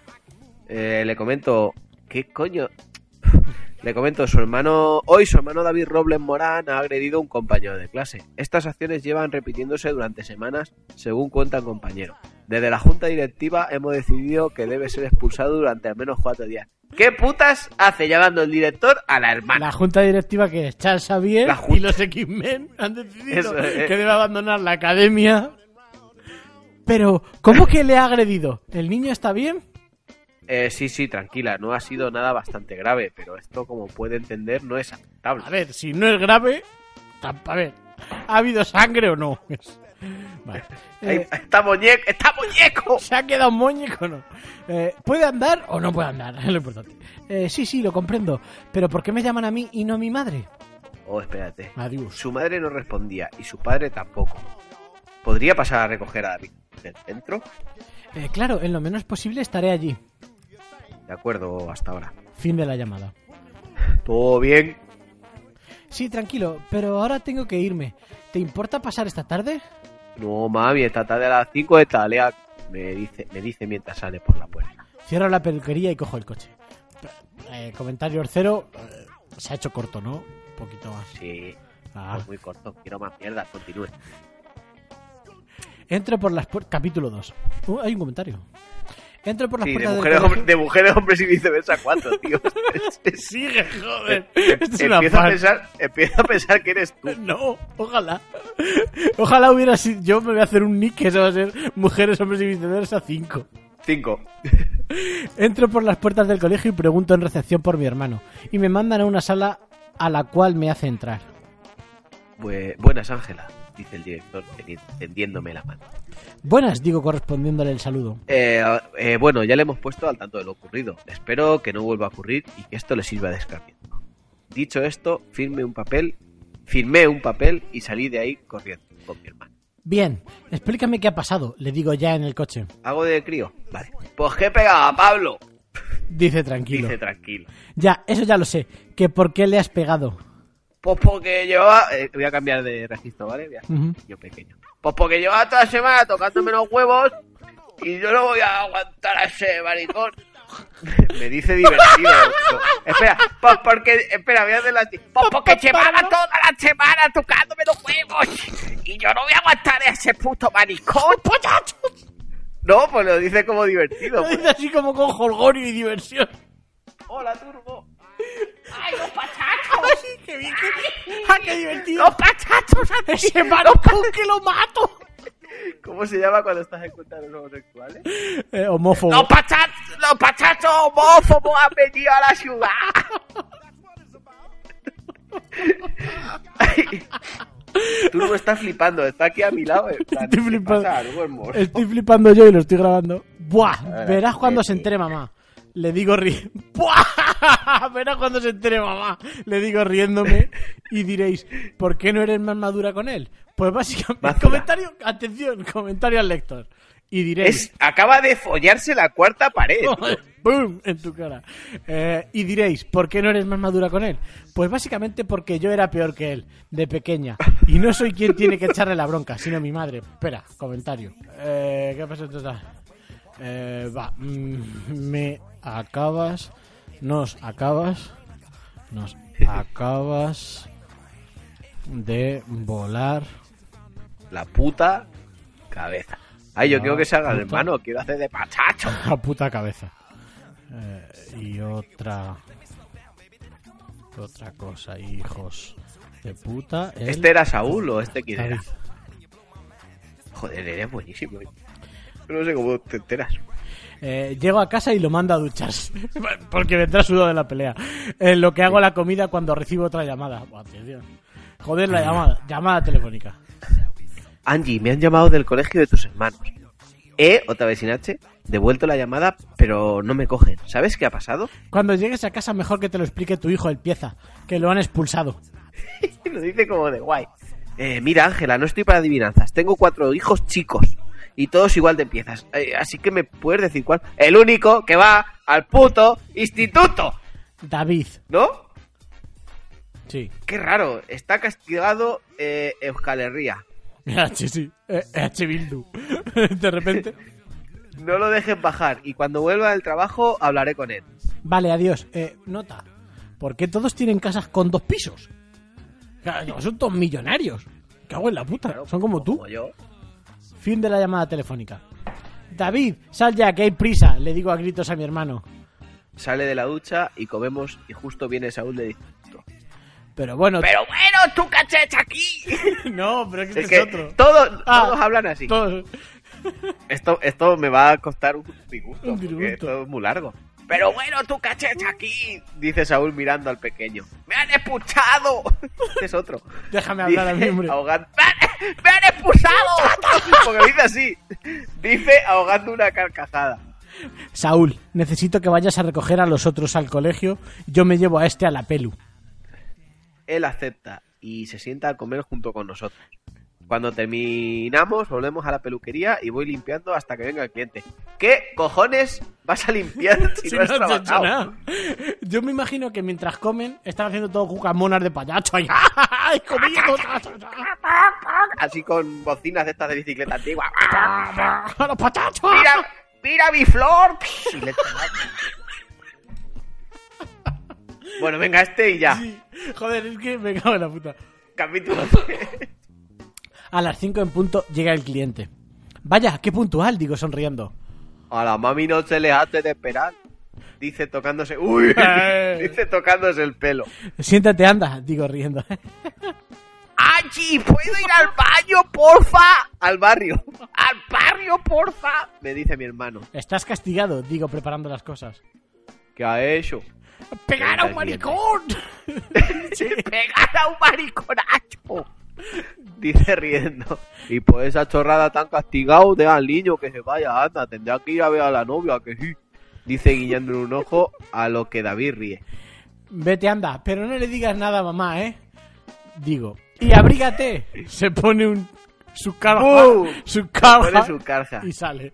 I: Eh, le comento. ¿Qué coño? (laughs) Le comento, su hermano. Hoy su hermano David Robles Morán ha agredido a un compañero de clase. Estas acciones llevan repitiéndose durante semanas, según cuenta el compañero. Desde la junta directiva hemos decidido que debe ser expulsado durante al menos cuatro días. ¿Qué putas hace llamando el director a la hermana?
H: La junta directiva que es Charles Xavier
I: La junta.
H: (laughs) y los X-Men han decidido
I: Eso es.
H: que debe abandonar la academia. Pero, ¿cómo que le ha agredido? ¿El niño está bien?
I: Eh, sí, sí, tranquila, no ha sido nada bastante grave, pero esto, como puede entender, no es aceptable.
H: A ver, si no es grave, tam- a ver, ¿ha habido sangre o no? (laughs) Vale.
I: Ahí-
H: Eh,
I: ¡Está muñeco! ¡Está muñeco!
H: ¿Se ha quedado muñeco o no? Eh, ¿Puede andar o no puede andar? (laughs) Es lo importante. Eh, sí, sí, lo comprendo. Pero ¿por qué me llaman a mí y no a mi madre?
I: Oh, espérate.
H: Adiós.
I: Su madre no respondía y su padre tampoco. Podría pasar a recoger a David del centro.
H: Eh, claro, en lo menos posible estaré allí.
I: De acuerdo, hasta ahora.
H: Fin de la llamada.
I: Todo bien.
H: Sí, tranquilo, pero ahora tengo que irme. ¿Te importa pasar esta tarde?
I: No, mami, esta tarde a las 5 está Lea. Me dice, me dice mientras sale por la puerta.
H: Cierro la peluquería y cojo el coche. Eh, comentario orcero. eh, se ha hecho corto, ¿no? Un poquito más.
I: Sí,
H: Ah.
I: es muy corto. Quiero más mierda. Continúe.
H: Entro por las puertas. Capítulo 2. Uh, hay un comentario. Entro por las
I: Sí, de
H: puertas del
I: mujeres,
H: colegio-
I: hombre- de mujeres, hombres y viceversa
H: (laughs)
I: cuatro, tío.
H: Sigue, joder. Esto es una
I: Eh, Empieza a,
H: farsa.
I: pensar, empieza a pensar que eres tú.
H: (laughs) No, ojalá. Ojalá hubiera sido. Yo me voy a hacer un nick que eso va a ser Mujeres, Hombres y Viceversa 5.
I: Cinco.
H: Entro por las puertas del colegio y pregunto en recepción por mi hermano. Y me mandan a una sala a la cual me hace entrar.
I: Bu- buenas, Ángela, dice el director, teni- tendiéndome la mano.
H: Buenas, digo correspondiéndole el saludo.
I: Eh, eh, bueno, ya le hemos puesto al tanto de lo ocurrido. Espero que no vuelva a ocurrir y que esto le sirva de escarmiento. Dicho esto, firme un papel, firmé un papel y salí de ahí corriendo con mi hermano.
H: Bien, explícame qué ha pasado, le digo ya en el coche.
I: ¿Hago de crío? Vale. Pues que pegaba Pablo,
H: Dice tranquilo.
I: dice tranquilo.
H: Ya, eso ya lo sé. Que por qué le has pegado.
I: Pues porque llevaba. eh, voy a cambiar de registro, ¿vale? Voy a-
H: Ujú.
I: Yo pequeño. Pues porque llevaba toda la semana tocándome los huevos y yo no voy a aguantar a ese maricón. (laughs) Me dice divertido. esto. espera, pues porque. Espera, voy a hacer la. Pues porque llevaba toda la semana tocándome los huevos y yo no voy a aguantar a ese puto maricón. No, pues lo dice como divertido.
H: Lo
I: pues.
H: (laughs) dice así como con jolgorio y diversión.
I: Hola, Turbo.
H: ¡Ay, qué bien! Qué, ¡Ah, qué divertido! ¡Los pachachos! ¡Ese maricón que lo mato!
I: ¿Cómo se llama cuando estás en contra de los homosexuales?
H: Eh, homófobo.
I: Los pachachos, los pachachos homófobos han venido a la ciudad. (laughs) Tú no estás flipando, está aquí a mi lado. en plan,
H: Estoy
I: ¿qué
H: flipando.
I: pasa? Algo hermoso.
H: Estoy flipando yo y lo estoy grabando. Buah,
I: ver,
H: verás cuando
I: eh,
H: se
I: eh.
H: entere mamá. Le digo ri... (laughs) Buah, verás cuando se entere mamá. Le digo riéndome y diréis, ¿por qué no eres más madura con él? Pues básicamente,
I: Mázala.
H: comentario, atención, comentario al lector. Y diréis,
I: Es- acaba de follarse la cuarta (laughs) pared.
H: (laughs) ¡Bum! En tu cara. Eh, y diréis, ¿por qué no eres más madura con él? Pues básicamente porque yo era peor que él, de pequeña. Y no soy quien tiene que echarle la bronca, sino mi madre. Espera, comentario. Eh, ¿Qué pasa entonces? Eh, va. mm, Me acabas. Nos acabas. Nos acabas. De volar.
I: La puta cabeza. Ay, yo
H: La
I: quiero que se haga el
H: puta.
I: hermano, quiero hacer de pachacho.
H: la puta cabeza. Eh, y otra. Otra cosa, hijos de puta. el
I: ¿Este era Saúl o este quién
H: David.
I: era? Joder, eres buenísimo. eh. No sé cómo te enteras.
H: Eh, llego a casa y lo mando a ducharse. (laughs) Porque vendrá sudado de la pelea. En lo que hago la comida
I: Ah.
H: cuando recibo otra llamada. Buah, tío, tío. Joder, la llamada. Llamada telefónica.
I: Angie, me han llamado del colegio de tus hermanos. He, otra vez sin H, devuelto la llamada, pero no me cogen. ¿Sabes qué ha pasado? (laughs)
H: Cuando llegues a casa, mejor que te lo explique tu hijo, el pieza, que lo han expulsado.
I: Y lo dice como de guay. Eh, mira, Ángela, no estoy para adivinanzas. Tengo cuatro hijos chicos. Y todos igual de piezas. Eh, así que me puedes decir cuál. El único que va al puto instituto.
H: David.
I: ¿No?
H: Sí. (laughs)
I: Qué raro. Está castigado eh, Euskal Herria.
H: H, sí. Eh, H. Bildu. (laughs) De repente.
I: No lo dejes bajar. Y cuando vuelva del trabajo hablaré con él.
H: Vale, adiós. Eh, nota. ¿Por qué todos tienen casas con dos pisos? Claro, son todos millonarios. Cago en la puta. Son como tú.
I: yo.
H: Fin de la llamada telefónica. David, sal ya, que hay prisa. Le digo a gritos a mi hermano.
I: Sale de la ducha y comemos y justo viene Saúl de instituto.
H: Pero bueno,
I: Pero bueno, tú cachés aquí.
H: (laughs) no, pero es que
I: Es
H: este
I: que
H: es otro.
I: todos,
H: Ah.
I: todos hablan así.
H: Todos-
I: Esto, esto me va a costar un disgusto,
H: Un
I: porque
H: disgusto.
I: esto es muy largo. Pero bueno, tú cachés aquí, dice Saúl mirando al pequeño. ¡Me han (laughs) expulsado! Este es otro.
H: Déjame hablar a mí,
I: Dice, (laughs) oh.
H: hombre.
I: ahogando- ¡Me han- ¡Me han expulsado! (laughs) Porque dice así. Dice ahogando una carcajada.
H: Saúl, necesito que vayas a recoger a los otros al colegio. Yo me llevo a este a la pelu.
I: Él acepta y se sienta a comer junto con nosotros. Cuando terminamos, volvemos a la peluquería y voy limpiando hasta que venga el cliente. ¿Qué cojones vas a
H: (laughs)
I: limpiar si, no has
H: has hecho
I: trabajado?
H: nada. Yo me imagino que mientras comen están haciendo todo cucamonas de payacho. Ay, (laughs) ¡Ay, comida!
I: Así con bocinas de estas de bicicleta antigua. ¡Ah!
H: ¡A los patachos!
I: ¡Mira, mira mi flor! Y le- bueno, venga, este y ya.
H: Sí. Joder, es que me cago en la puta.
I: Capítulo.
H: A las 5 en punto llega el cliente. Vaya, qué puntual, digo sonriendo.
I: A la mami no se le hace de esperar. Dice tocándose. ¡Uy!
H: (laughs) Eh.
I: Dice tocándose el pelo.
H: Siéntate, anda, digo riendo. (laughs)
I: ¡Angie, puedo ir al baño, porfa! Al
H: (laughs)
I: barrio. ¡Al barrio, porfa! Me dice mi hermano.
H: Estás castigado, digo preparando las cosas.
I: ¿Qué ha hecho?
H: ¡Pegar a un
I: (laughs)
H: maricón! (laughs)
I: ¡Pegar a un mariconacho! Dice riendo. Y por esa chorrada tan castigado, deja al niño que se vaya, anda, tendrá que ir a ver a la novia, que sí. Dice guiñándole un ojo a lo que David ríe.
H: Vete, anda, pero no le digas nada a mamá, ¿eh? Digo. ¡Y abrígate! (laughs) Se pone un... Su carja,
I: ¡Bú!
H: su carja,
I: Uh. Pone su carja.
H: y sale.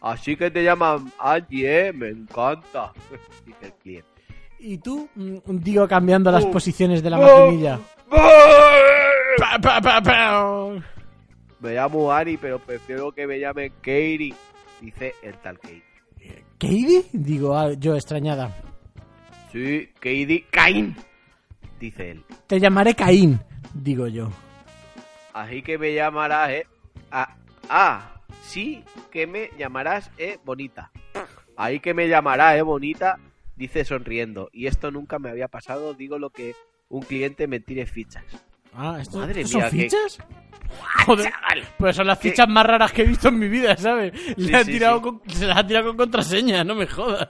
I: Así que te llaman Angie, ¿eh? me encanta. (laughs) Dice el cliente.
H: Y tú, mm, digo, cambiando las
I: ¡Bú!
H: posiciones de la
I: ¡Bú!
H: maquinilla.
I: ¡Bú!
H: Pa, pa, pa, pa.
I: Me llamo Ari, pero prefiero que me llamen Katie. Dice el tal Katie.
H: ¿Katie? Digo ah, yo, extrañada.
I: Sí, Katie. Caín. Dice él.
H: Te llamaré Caín, digo yo.
I: Así que me llamarás, eh. Ah, ah, sí que me llamarás, eh, bonita. Ahí que me llamarás, eh, bonita, dice sonriendo. Y esto nunca me había pasado, digo lo que un cliente me tire fichas.
H: Ah, ¿esto,
I: Madre
H: ¿esto
I: mía,
H: son
I: qué-
H: fichas? (laughs) Joder, pues son las fichas más raras que he visto en mi vida, ¿sabes?
I: Sí,
H: Le ha
I: sí,
H: tirado
I: sí.
H: con- se las ha tirado con contraseña, no me jodas.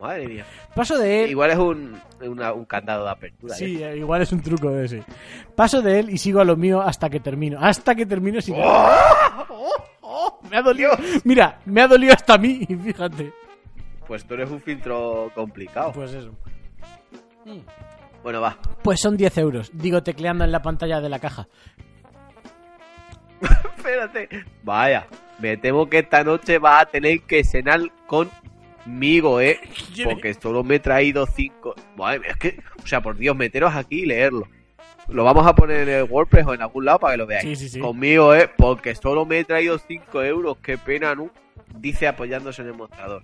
I: Madre mía.
H: Paso de él.
I: Igual es un, una- un candado de apertura.
H: (laughs)
I: ¿eh?
H: Eh. Sí, eh, igual es un truco de ese. Paso de él y sigo a lo mío hasta que termino. Hasta que termino sin. Oh, me ha dolido. (laughs) Mira, me ha dolido hasta a mí, fíjate.
I: Pues tú eres un filtro complicado.
H: Pues eso.
I: Bueno, va.
H: Pues son 10 euros, digo tecleando en la pantalla de la caja.
I: Espérate. Vaya, me temo que esta noche vas a tener que cenar conmigo, ¿eh?
H: ¿Quién es?
I: Porque solo me he traído cinco. Madre mía, es que, o sea, por Dios, meteros aquí y leerlo. Lo vamos a poner en el WordPress o en algún lado para que lo veáis.
H: Sí, sí, sí.
I: Conmigo, ¿eh? Porque solo me he traído cinco euros. Qué pena, ¿no? Dice apoyándose en el mostrador.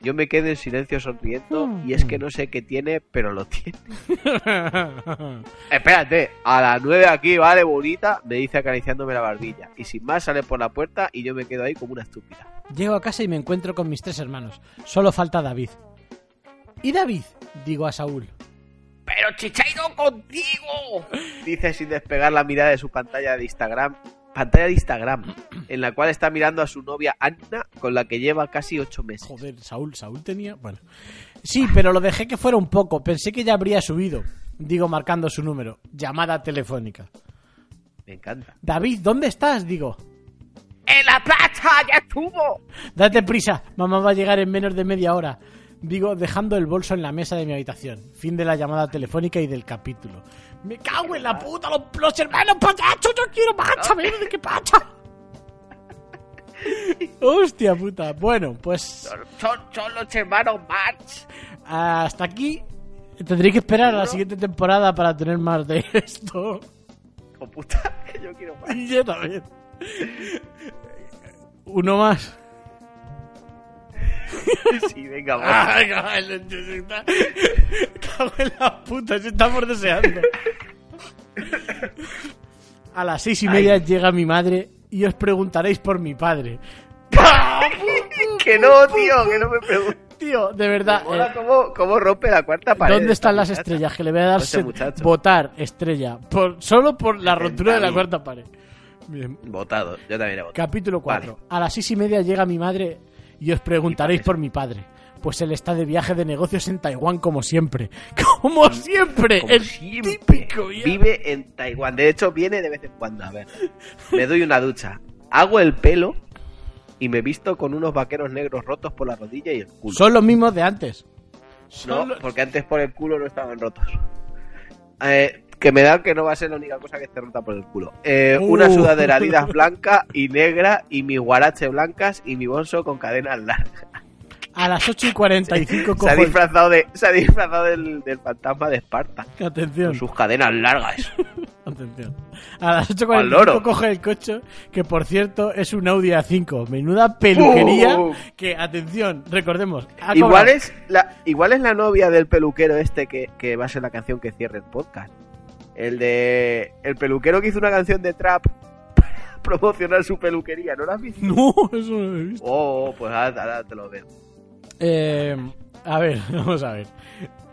I: Yo me quedé en silencio sonriendo
H: Mm.
I: y es que no sé qué tiene, pero lo tiene. Espérate, a las 9 aquí, vale, bonita, me dice acariciándome la barbilla. Y sin más sale por la puerta y yo me quedo ahí como una estúpida.
H: Llego a casa y me encuentro con mis tres hermanos. Solo falta David. ¿Y David? Digo a Saúl.
I: ¡Pero chichaido contigo! Dice sin despegar la mirada de su pantalla de Instagram. Pantalla de Instagram, en la cual está mirando a su novia Anna, con la que lleva casi 8 meses.
H: Joder, Saúl, Saúl tenía. Bueno. Sí, pero lo dejé que fuera un poco. Pensé que ya habría subido. Digo marcando su número. Llamada telefónica.
I: Me encanta.
H: David, ¿dónde estás? Digo.
I: ¡En la plaza! ¡Ya estuvo!
H: Date prisa, mamá va a llegar en menos de media hora. Digo, dejando el bolso en la mesa de mi habitación. Fin de la llamada telefónica y del capítulo. ¡Me cago en la puta! ¡Los, los hermanos payachos! ¡Yo quiero marcha! ¡Me de qué pacha! ¡Hostia puta! Bueno, pues
I: Son, son los hermanos March.
H: hasta aquí. Tendré que esperar a la siguiente temporada para tener más de (laughs)
I: Hijo
H: esto.
I: Oh, puta, (laughs) que yo quiero March.
H: Yo también. Uno más.
I: Sí, venga, va. (laughs)
H: Ay, cabrón, se está- Cago en la puta, se estamos deseando. A las seis y media llega mi madre y os preguntaréis por mi padre.
I: que no, tío, que no me preguntes.
H: Tío, de verdad.
I: Hola,
H: eh,
I: ¿cómo, ¿cómo rompe la cuarta pared?
H: ¿Dónde están las
I: Muchacha.
H: estrellas? Que le voy a dar
I: Este
H: set-
I: muchacho.
H: votar estrella. Por, solo por la rotura de la
I: David.
H: cuarta pared. Bien.
I: Votado, yo también he votado.
H: Capítulo 4.
I: Vale.
H: A las seis y media llega mi madre y os preguntaréis por mi padre. Pues él está de viaje de negocios en Taiwán como siempre. (laughs) Como siempre.
I: Como
H: el
I: siempre.
H: típico. ya.
I: Vive en Taiwán. De hecho, viene de vez en cuando. A ver, me doy una ducha. Hago el pelo y me visto con unos vaqueros negros rotos por la rodilla y el culo.
H: Son los mismos de antes.
I: No,
H: Son los-
I: porque antes por el culo no estaban rotos. Eh, que me da que no va a ser la única cosa que esté rota por el culo. Eh,
H: Uh.
I: Una sudadera Adidas blanca y negra y mis guarache blancas y mi bolso con cadenas largas.
H: A las 8 y 45 cojo
I: (laughs) Se ha
H: el-
I: disfrazado, de, se ha disfrazado del, del fantasma de Esparta.
H: Atención,
I: Con sus cadenas
H: (laughs)
I: largas.
H: atención. A las 8 y
I: Al loro.
H: 45 coge el coche, que por cierto es un Audi A5. Menuda peluquería.
I: ¡Bum!
H: Que, atención, recordemos. ha cobrado-
I: Oh, Igual es, la, igual es la novia del peluquero este que, que va a ser la canción que cierre el podcast. El de. El peluquero que hizo una canción de trap para promocionar su peluquería, ¿no la has visto?
H: (laughs) No, eso no lo he visto.
I: Oh, pues ahora, ahora te lo veo.
H: Eh, a ver, (laughs) vamos a ver.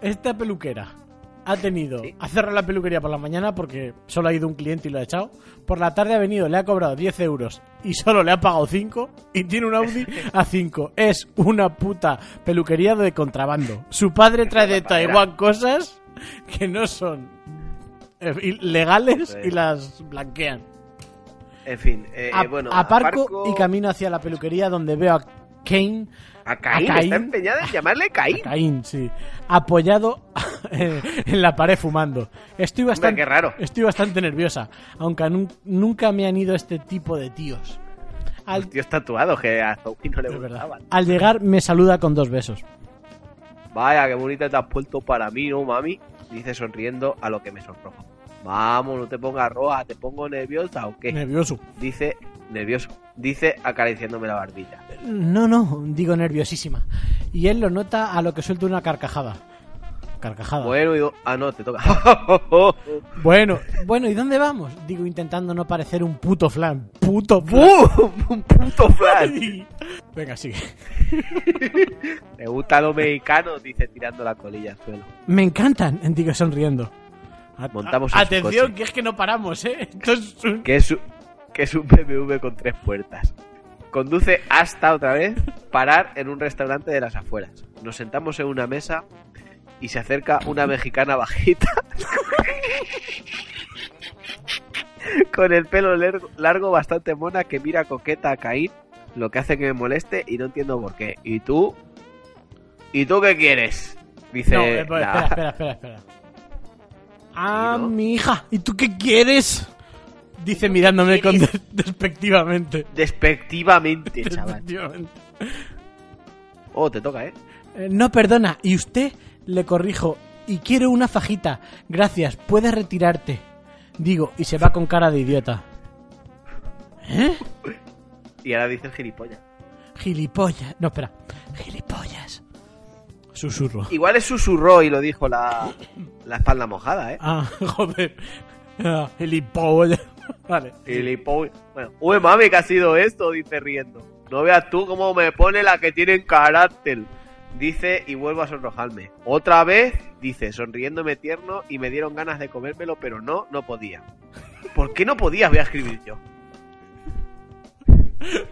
H: Esta peluquera ha tenido. Ha cerrado la peluquería por la mañana porque solo ha ido un cliente y lo ha echado. Por la tarde ha venido, le ha cobrado 10 euros y solo le ha pagado 5. Y tiene
I: (laughs)
H: un Audi a 5. Es una puta peluquería de contrabando. Su padre trae de Taiwán cosas que no son eh, i- legales y las blanquean.
I: En fin, eh,
H: A-
I: eh, bueno.
H: aparco,
I: aparco-
H: y camino hacia la peluquería donde veo a Kane
I: A Caín,
H: a Caín.
I: está empeñada en llamarle Caín.
H: Caín, sí. Apoyado (laughs) en en la pared fumando. Estoy bastante,
I: qué raro.
H: Estoy bastante nerviosa, aunque nun- nunca me han ido este tipo de tíos. Al,
I: Tíos tatuados que a Zoe no le
H: es verdad.
I: gustaban.
H: Al llegar me saluda con dos besos.
I: Vaya, qué bonita te has puesto para mí, ¿no, mami? Dice sonriendo a lo que me sonrojo. Vamos, no te pongas roja, ¿te pongo nerviosa o qué?
H: Nervioso.
I: Dice, nervioso. Dice acariciándome la barbilla.
H: No, no, digo nerviosísima. Y él lo nota a lo que suelta una carcajada. Carcajada.
I: Bueno, y do- ah, no, te toca. (laughs)
H: Bueno, bueno, ¿y dónde vamos? Digo intentando no parecer un puto flan. Puto flan.
I: ¡Bum! (laughs) ¡Un puto flash!
H: Venga, sigue.
I: Me gusta lo mexicano, dice tirando la colilla al suelo.
H: Me encantan, digo sonriendo. A-
I: Montamos
H: a-
I: en su
H: Atención,
I: coche.
H: que es que no paramos, ¿eh?
I: (laughs)
H: Esto es un-
I: Que es, un- que es un BMW con tres puertas. Conduce hasta otra vez parar en un restaurante de las afueras. Nos sentamos en una mesa y se acerca una mexicana bajita. (laughs) con el pelo lergo- largo bastante mona que mira coqueta a Caín, lo que hace que me moleste y no entiendo por qué. ¿Y tú? ¿Y tú qué quieres? Dice
H: No, eh, espera,
I: la-
H: espera, espera, espera. Ah,
I: ¿Y no?
H: mi hija, ¿y tú qué quieres? Dice mirándome con (laughs) despectivamente.
I: despectivamente, chaval.
H: Despectivamente.
I: Oh, te toca, ¿eh?
H: Eh, no, perdona, ¿y usted? Le corrijo. Y quiero una fajita. Gracias, puedes retirarte. Digo, y se va con cara de idiota. ¿Eh?
I: Y ahora dice el gilipollas.
H: Gilipollas. No, espera. Gilipollas. Susurro.
I: Igual es susurró y lo dijo la, la espalda mojada, ¿eh?
H: Ah, (laughs) joder. Ah, Gilipollas. (laughs) Vale.
I: El hipo- Bueno, uy, mami, ¿qué ha sido esto? Dice riendo. No veas tú cómo me pone la que tiene carácter. Dice y vuelvo a sonrojarme. Otra vez, dice, sonriéndome tierno y me dieron ganas de comérmelo, pero no, no podía. ¿Por qué no podías? Voy a escribir yo.
H: (laughs)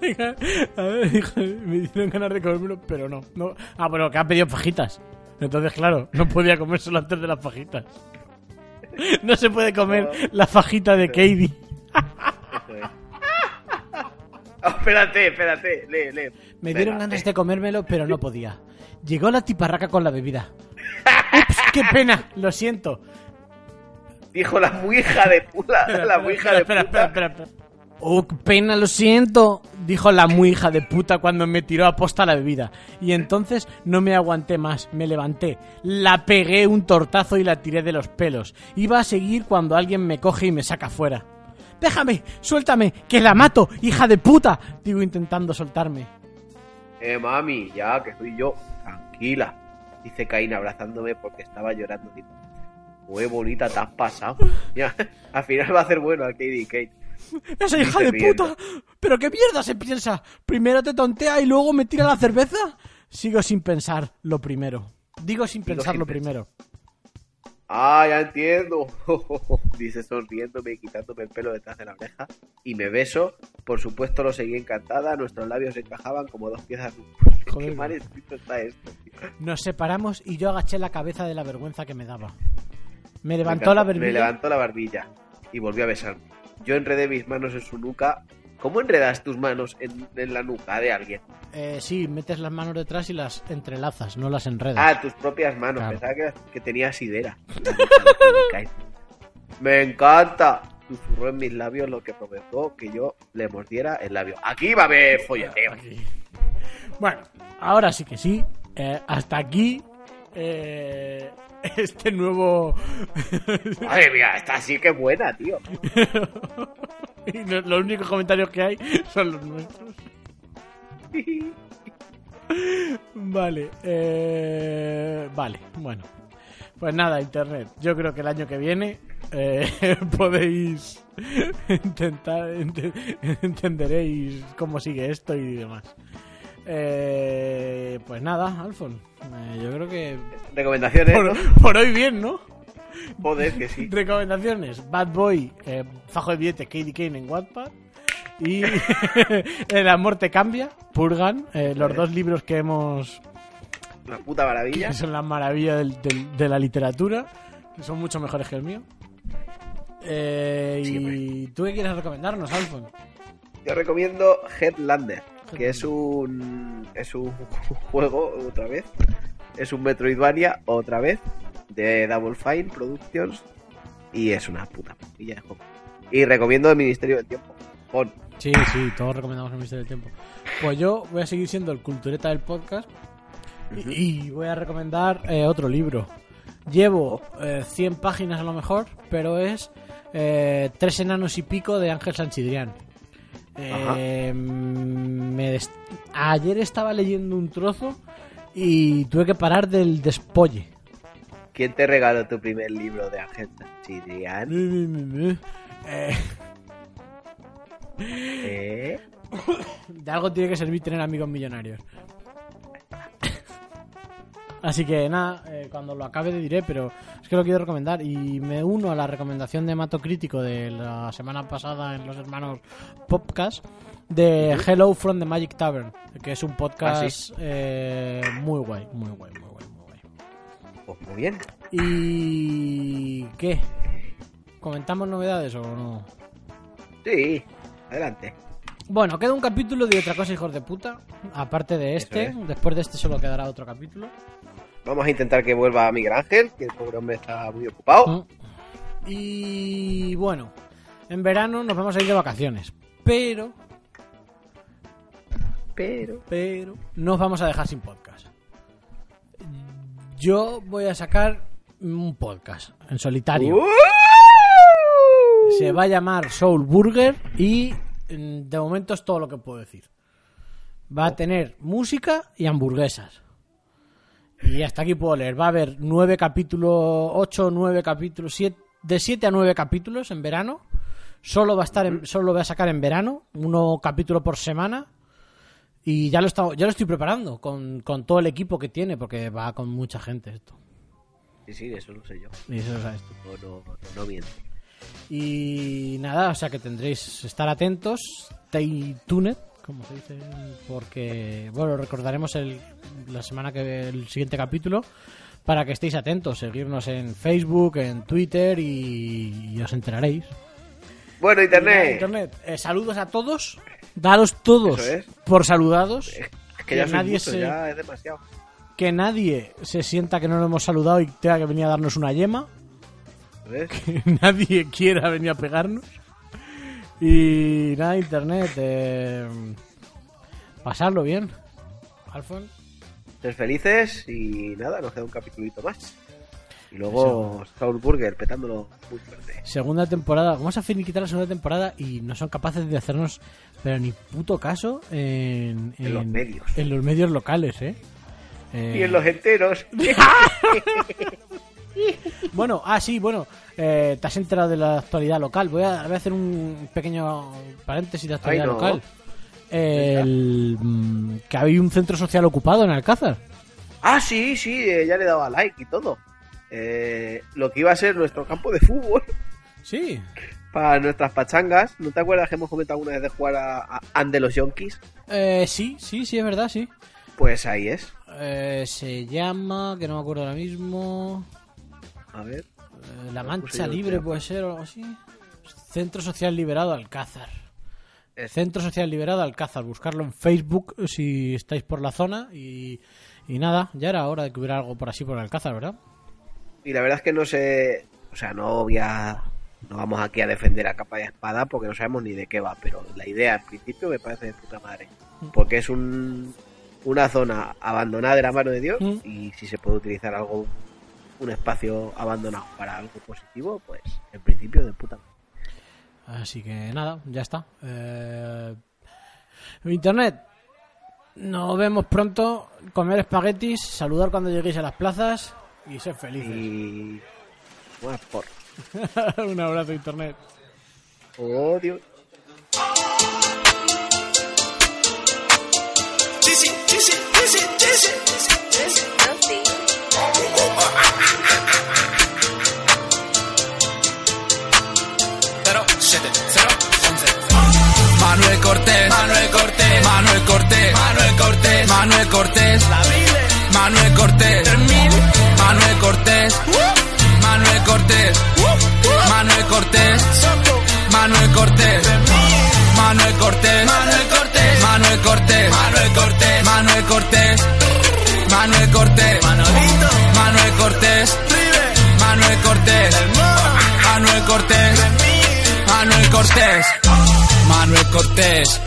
H: Venga, a ver, hijo, me dieron ganas de comérmelo, pero no. no. Ah, bueno, que ha pedido fajitas. Entonces, claro, no podía comérselo antes de las fajitas. (laughs) No se puede comer la fajita de Katie.
I: Eso
H: (laughs)
I: es. Oh, espérate, espérate, lee, lee.
H: Me dieron
I: Espérate.
H: ganas de comérmelo, pero no podía. Llegó la tiparraca con la bebida. Ups, qué pena, lo siento.
I: eh, Dijo la muy hija de puta. La muy hija de
H: espera, espera,
I: puta.
H: espera, espera, espera. Oh, qué pena, lo siento, dijo la muy hija de puta cuando me tiró a posta la bebida. Y entonces no me aguanté más, me levanté, la pegué un tortazo y la tiré de los pelos. Iba a seguir cuando alguien me coge y me saca fuera. Déjame, suéltame, que la mato, hija de puta, digo intentando soltarme.
I: Eh, mami, ya que soy yo. Tranquila. Dice Caín abrazándome porque estaba llorando. Dice, Muy bonita, te has pasado. (laughs) Mira, al final va a ser bueno al KD Kate.
H: Esa hija de
I: riendo.
H: puta. ¿Pero qué mierda se piensa? ¿Primero te tontea y luego me tira la cerveza? Sigo sin pensar lo primero. Digo sin
I: Digo
H: pensar
I: sin
H: lo
I: pensar.
H: primero.
I: Ah, ya entiendo. (laughs) Dice sonriéndome y quitándome el pelo detrás de la oreja. Y me beso. Por supuesto lo seguí encantada. Nuestros labios se encajaban como dos piezas. de un (laughs) puzzle.
H: Joder.
I: Qué mal escrito está esto. tío.
H: Nos separamos y yo agaché la cabeza de la vergüenza que me daba. Me levantó
I: encantó.
H: la
I: Me
H: barbilla.
I: levantó la barbilla y volvió a besarme. Yo enredé mis manos en su nuca. ¿Cómo enredas tus manos en, en la nuca de alguien?
H: Eh, sí, metes las manos detrás y las entrelazas, no las enredas.
I: Ah, tus propias manos.
H: Claro.
I: Pensaba que, que tenías sidera. (laughs) Me encanta. Susurró en mis labios lo que provocó que yo le mordiera el labio. Aquí va a haber folleteo.
H: Bueno, ahora sí que sí. Eh, hasta aquí. eh, (laughs) este nuevo.
I: Madre mía, esta sí que es buena, tío.
H: (laughs) Y lo- los únicos comentarios que hay (laughs) son los nuestros. (laughs) Vale, eh, vale, bueno. Pues nada, internet. Yo creo que el año que viene eh, (laughs) podéis (laughs) intentar, ente- (laughs) entenderéis cómo sigue esto y demás. Eh, pues nada, Alfon. eh, yo creo que
I: Recomendaciones, ¿no?
H: por, por hoy bien, ¿no?
I: Joder, que sí.
H: (laughs) Recomendaciones: Bad Boy, eh, Fajo de Billetes, Katie Kane en Wattpad. Y (laughs) El amor te cambia, Purgan, eh, los dos libros que hemos.
I: Una puta maravilla.
H: que son la maravilla del- del- de la literatura, que son mucho mejores que el mío. Eh, y tú qué quieres recomendarnos, Alfon.
I: Yo recomiendo Headlander, que es un es un (laughs) juego otra vez, es un Metroidvania otra vez de Double Fine Productions y es una puta maravilla de juego. Y recomiendo el Ministerio del Tiempo. Pon.
H: Sí, sí, todos recomendamos el Ministerio del Tiempo. Pues yo voy a seguir siendo el cultureta del podcast y, y voy a recomendar eh, otro libro. Llevo eh, 100 páginas a lo mejor, pero es eh, Tres enanos y pico de Ángel Sanchidrián. Eh, me des- Ayer estaba leyendo un trozo y tuve que parar del despolle.
I: ¿Quién te regaló tu primer libro de Agenda Chidrián?
H: Eh,
I: ¿Eh?
H: De algo tiene que servir tener amigos millonarios. Así que nada, eh, cuando lo acabe te diré, pero es que lo quiero recomendar y me uno a la recomendación de Mato Crítico de la semana pasada en los hermanos Popcast de Hello from the Magic Tavern, que es un podcast
I: Ah, sí.
H: eh, muy guay, muy guay, muy guay, muy guay.
I: Pues muy bien.
H: ¿Y qué? ¿Comentamos novedades o no?
I: Sí, adelante.
H: Bueno, queda un capítulo de otra cosa, hijos de puta. Aparte de este,
I: Eso
H: después de este solo quedará otro capítulo.
I: Vamos a intentar que vuelva Miguel Ángel, que el pobre hombre está muy ocupado.
H: Mm, Y bueno, en verano nos vamos a ir de vacaciones. Pero,
I: Pero
H: pero, nos vamos a dejar sin podcast. Yo voy a sacar un podcast en
I: Uh.
H: solitario. Se va a llamar Soul Burger y mm, de momento es todo lo que puedo decir. Va a tener música y hamburguesas. Y hasta aquí puedo leer. Va a haber nueve capítulos, ocho, nueve capítulos, siete, de siete a nueve capítulos en verano. Solo va a estar, en- solo lo voy a sacar en verano, uno capítulo por semana. Y ya lo, está, ya lo estoy preparando con, con todo el equipo que tiene, porque va con mucha gente esto.
I: sí, sí, eso lo sé yo.
H: Y eso lo sabes tú.
I: No, no, no, no miento.
H: Y nada, o sea que tendréis estar atentos, stay tuned, como se dice, porque bueno, recordaremos el, la semana que el siguiente capítulo, para que estéis atentos, seguirnos en Facebook, en Twitter y, y os enteraréis.
I: Bueno, internet.
H: Internet, eh, saludos a todos, dados todos
I: Eso es.
H: por saludados.
I: Es que ya
H: que
I: soy
H: nadie
I: mucho,
H: se-
I: ya es demasiado.
H: Que nadie se sienta que no lo hemos saludado y tenga que venir a darnos una yema.
I: ¿Ves?
H: Que (laughs) nadie quiera venir a pegarnos. Y nada, internet. eh, pasarlo bien. Alfon.
I: Ser felices y nada, nos queda un capitulito más. Y luego Saul Burger petándolo muy fuerte.
H: Segunda temporada. Vamos a finiquitar la segunda temporada y no son capaces de hacernos, pero ni puto caso, en,
I: En los medios.
H: En los medios locales, ¿eh? Eh,
I: Y en los
H: (laughs)
I: enteros.
H: Bueno, ah, sí, bueno. eh, te has enterado de la actualidad local. Voy a, voy a hacer un pequeño paréntesis de actualidad
I: Ay, no.
H: local. El, mm, que había un centro social ocupado en Alcázar.
I: ah, sí, sí, eh, ya le daba like y todo. Eh, lo que iba a ser nuestro campo de fútbol (laughs)
H: Sí.
I: para nuestras pachangas. ¿No te acuerdas que hemos comentado alguna vez de jugar a, a Ande los Yonkis?
H: Eh, sí, sí, sí, es verdad, sí.
I: Pues ahí es.
H: Eh, se llama, que no me acuerdo ahora mismo.
I: A ver.
H: eh, La
I: puse yo
H: Mancha
I: el
H: Libre
I: teléfono.
H: puede ser o algo así. Centro Social Liberado Alcázar. Centro Social Liberado Alcázar. Buscarlo en Facebook eh, si estáis por la zona. Y, y nada, ya era hora de que hubiera algo por así por Alcázar, ¿verdad?
I: Y la verdad es que no sé. O sea, no voy a. No vamos aquí a defender a capa y a espada porque no sabemos ni de qué va, pero la idea en principio me parece de puta madre. Porque es un, una zona abandonada de la mano de Dios
H: Mm.
I: y si se puede utilizar algo, un espacio abandonado para algo positivo, pues en principio de puta madre.
H: Así que nada, ya está. Eh, Internet. Nos vemos pronto. Comer espaguetis, saludar cuando lleguéis a las plazas y ser felices.
I: Y. Bueno, por.
H: (laughs) Un abrazo, Internet.
I: Oh, Dios.
D: Manuel Cortés, Manuel Cortés, Manuel Cortés, Manuel Cortés, Manuel Cortés, Manuel Cortés, Manuel Cortés, Manuel Cortés, Manuel Cortés, Manuel Cortés, Manuel Cortés, Manuel Cortés, Manuel Cortés, Manuel Cortés, Manuel Cortés, Manuel Cortés, Manuel Cortés, Manuel Cortés, Manuel Cortés, Manuel Cortés, Manuel Cortés,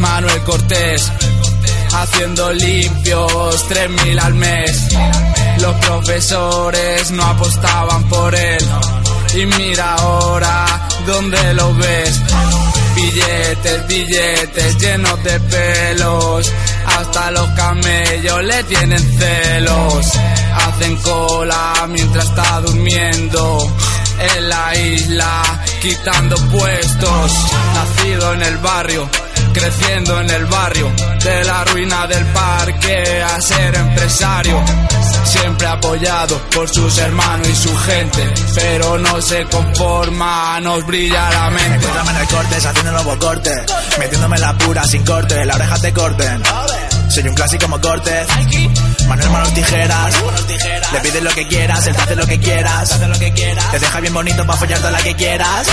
D: Manuel Cortés, haciendo limpios 3.000 al mes. Los profesores no apostaban por él. Y mira ahora dónde lo ves. Billetes, billetes llenos de pelos. Hasta los camellos le tienen celos. Hacen cola mientras está durmiendo. En la isla, quitando puestos. Nacido en el barrio, creciendo en el barrio. De la ruina del parque a ser empresario. Siempre apoyado por sus hermanos y su gente. Pero no se conforma, nos brilla la mente.
F: Encuéntrame en el cortes, haciendo nuevos cortes. Metiéndome la pura sin corte, la oreja te corten. Soy un clásico como cortes. Manuel Manos Tijeras. Le pides lo que quieras, él te hace lo que quieras. Te deja bien bonito para follar toda la que quieras.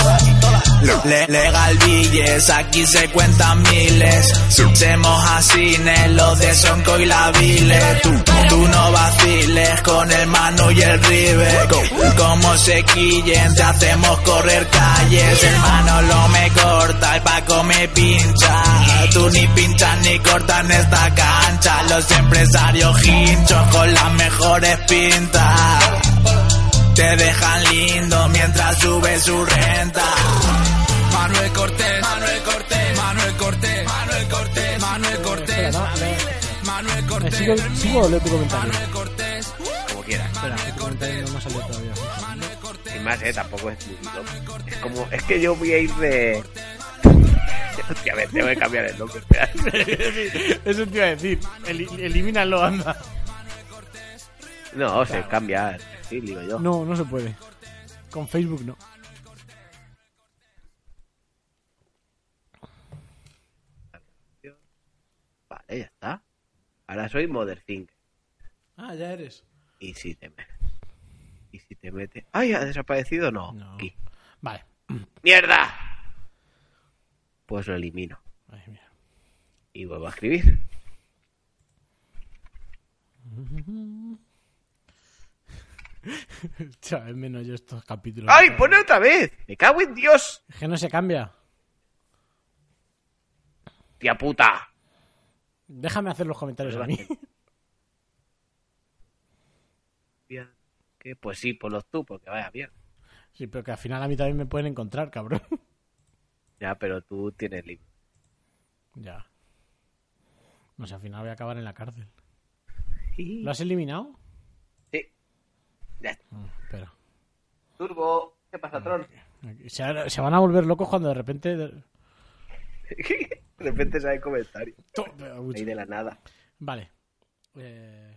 F: Le- legal billes, aquí se cuentan miles. Se moja cine, lo de Sonco y la Vile. Tú, tú no vaciles con el Manu y el Ribe. Como se quillen, te hacemos correr calles. El Manolo me corta, el Paco me pincha. Tú ni pinchan ni cortan esta cancha. Los empresarios hinchos con las mejores pintas. Te dejan lindo mientras sube su renta.
D: Manuel Cortés, Manuel Cortés, Manuel Cortés, Manuel Cortés, Manuel
H: Espera,
D: Cortés,
H: no, le-
D: Manuel
H: eh, ¿Sigo,
D: Cortés,
H: sigo o leo tu comentario?
D: Cortés,
I: Como quieras.
H: Espera, que tu comentario no me ha salido todavía.
I: Sin más, eh, tampoco es muy loco. Es como, es que yo voy a ir de. (laughs) Hostia, a ver, tengo que cambiar el nombre, espera.
H: Eso te iba a decir. elimínalo, anda.
I: No, se cambia el perfil, digo yo.
H: No, no se puede. Con Facebook no.
I: Vale, ya está. Ahora soy Mother Think.
H: Ah, ya eres.
I: Y si te metes. Y si te metes. ¡Ay, ha desaparecido! No. Aquí.
H: Vale.
I: ¡Mierda! Pues lo elimino.
H: Ay, mira.
I: Y vuelvo a escribir.
H: Chaval, menos yo estos capítulos.
I: ¡Ay, ponle otra vez! ¡Me cago en Dios!
H: Es Que no se cambia.
I: ¡Tía puta!
H: Déjame hacer los comentarios Pues a mí. (laughs)
I: Bien. ¿Qué? (laughs) Pues sí, ponlos tú, porque vaya bien.
H: Sí, pero que al final a mí también me pueden encontrar, cabrón. (laughs)
I: Ya, pero tú tienes límite.
H: Ya. No sé, al final voy a acabar en la cárcel. ¿Lo has eliminado?
I: Ya.
H: Espera.
I: Turbo, ¿qué
H: Ah.
I: pasa, Tron?
H: Se, ha- se van a volver locos cuando de
I: (laughs)
H: repente.
I: de repente sale comentario. Ahí de la nada.
H: Vale. Eh.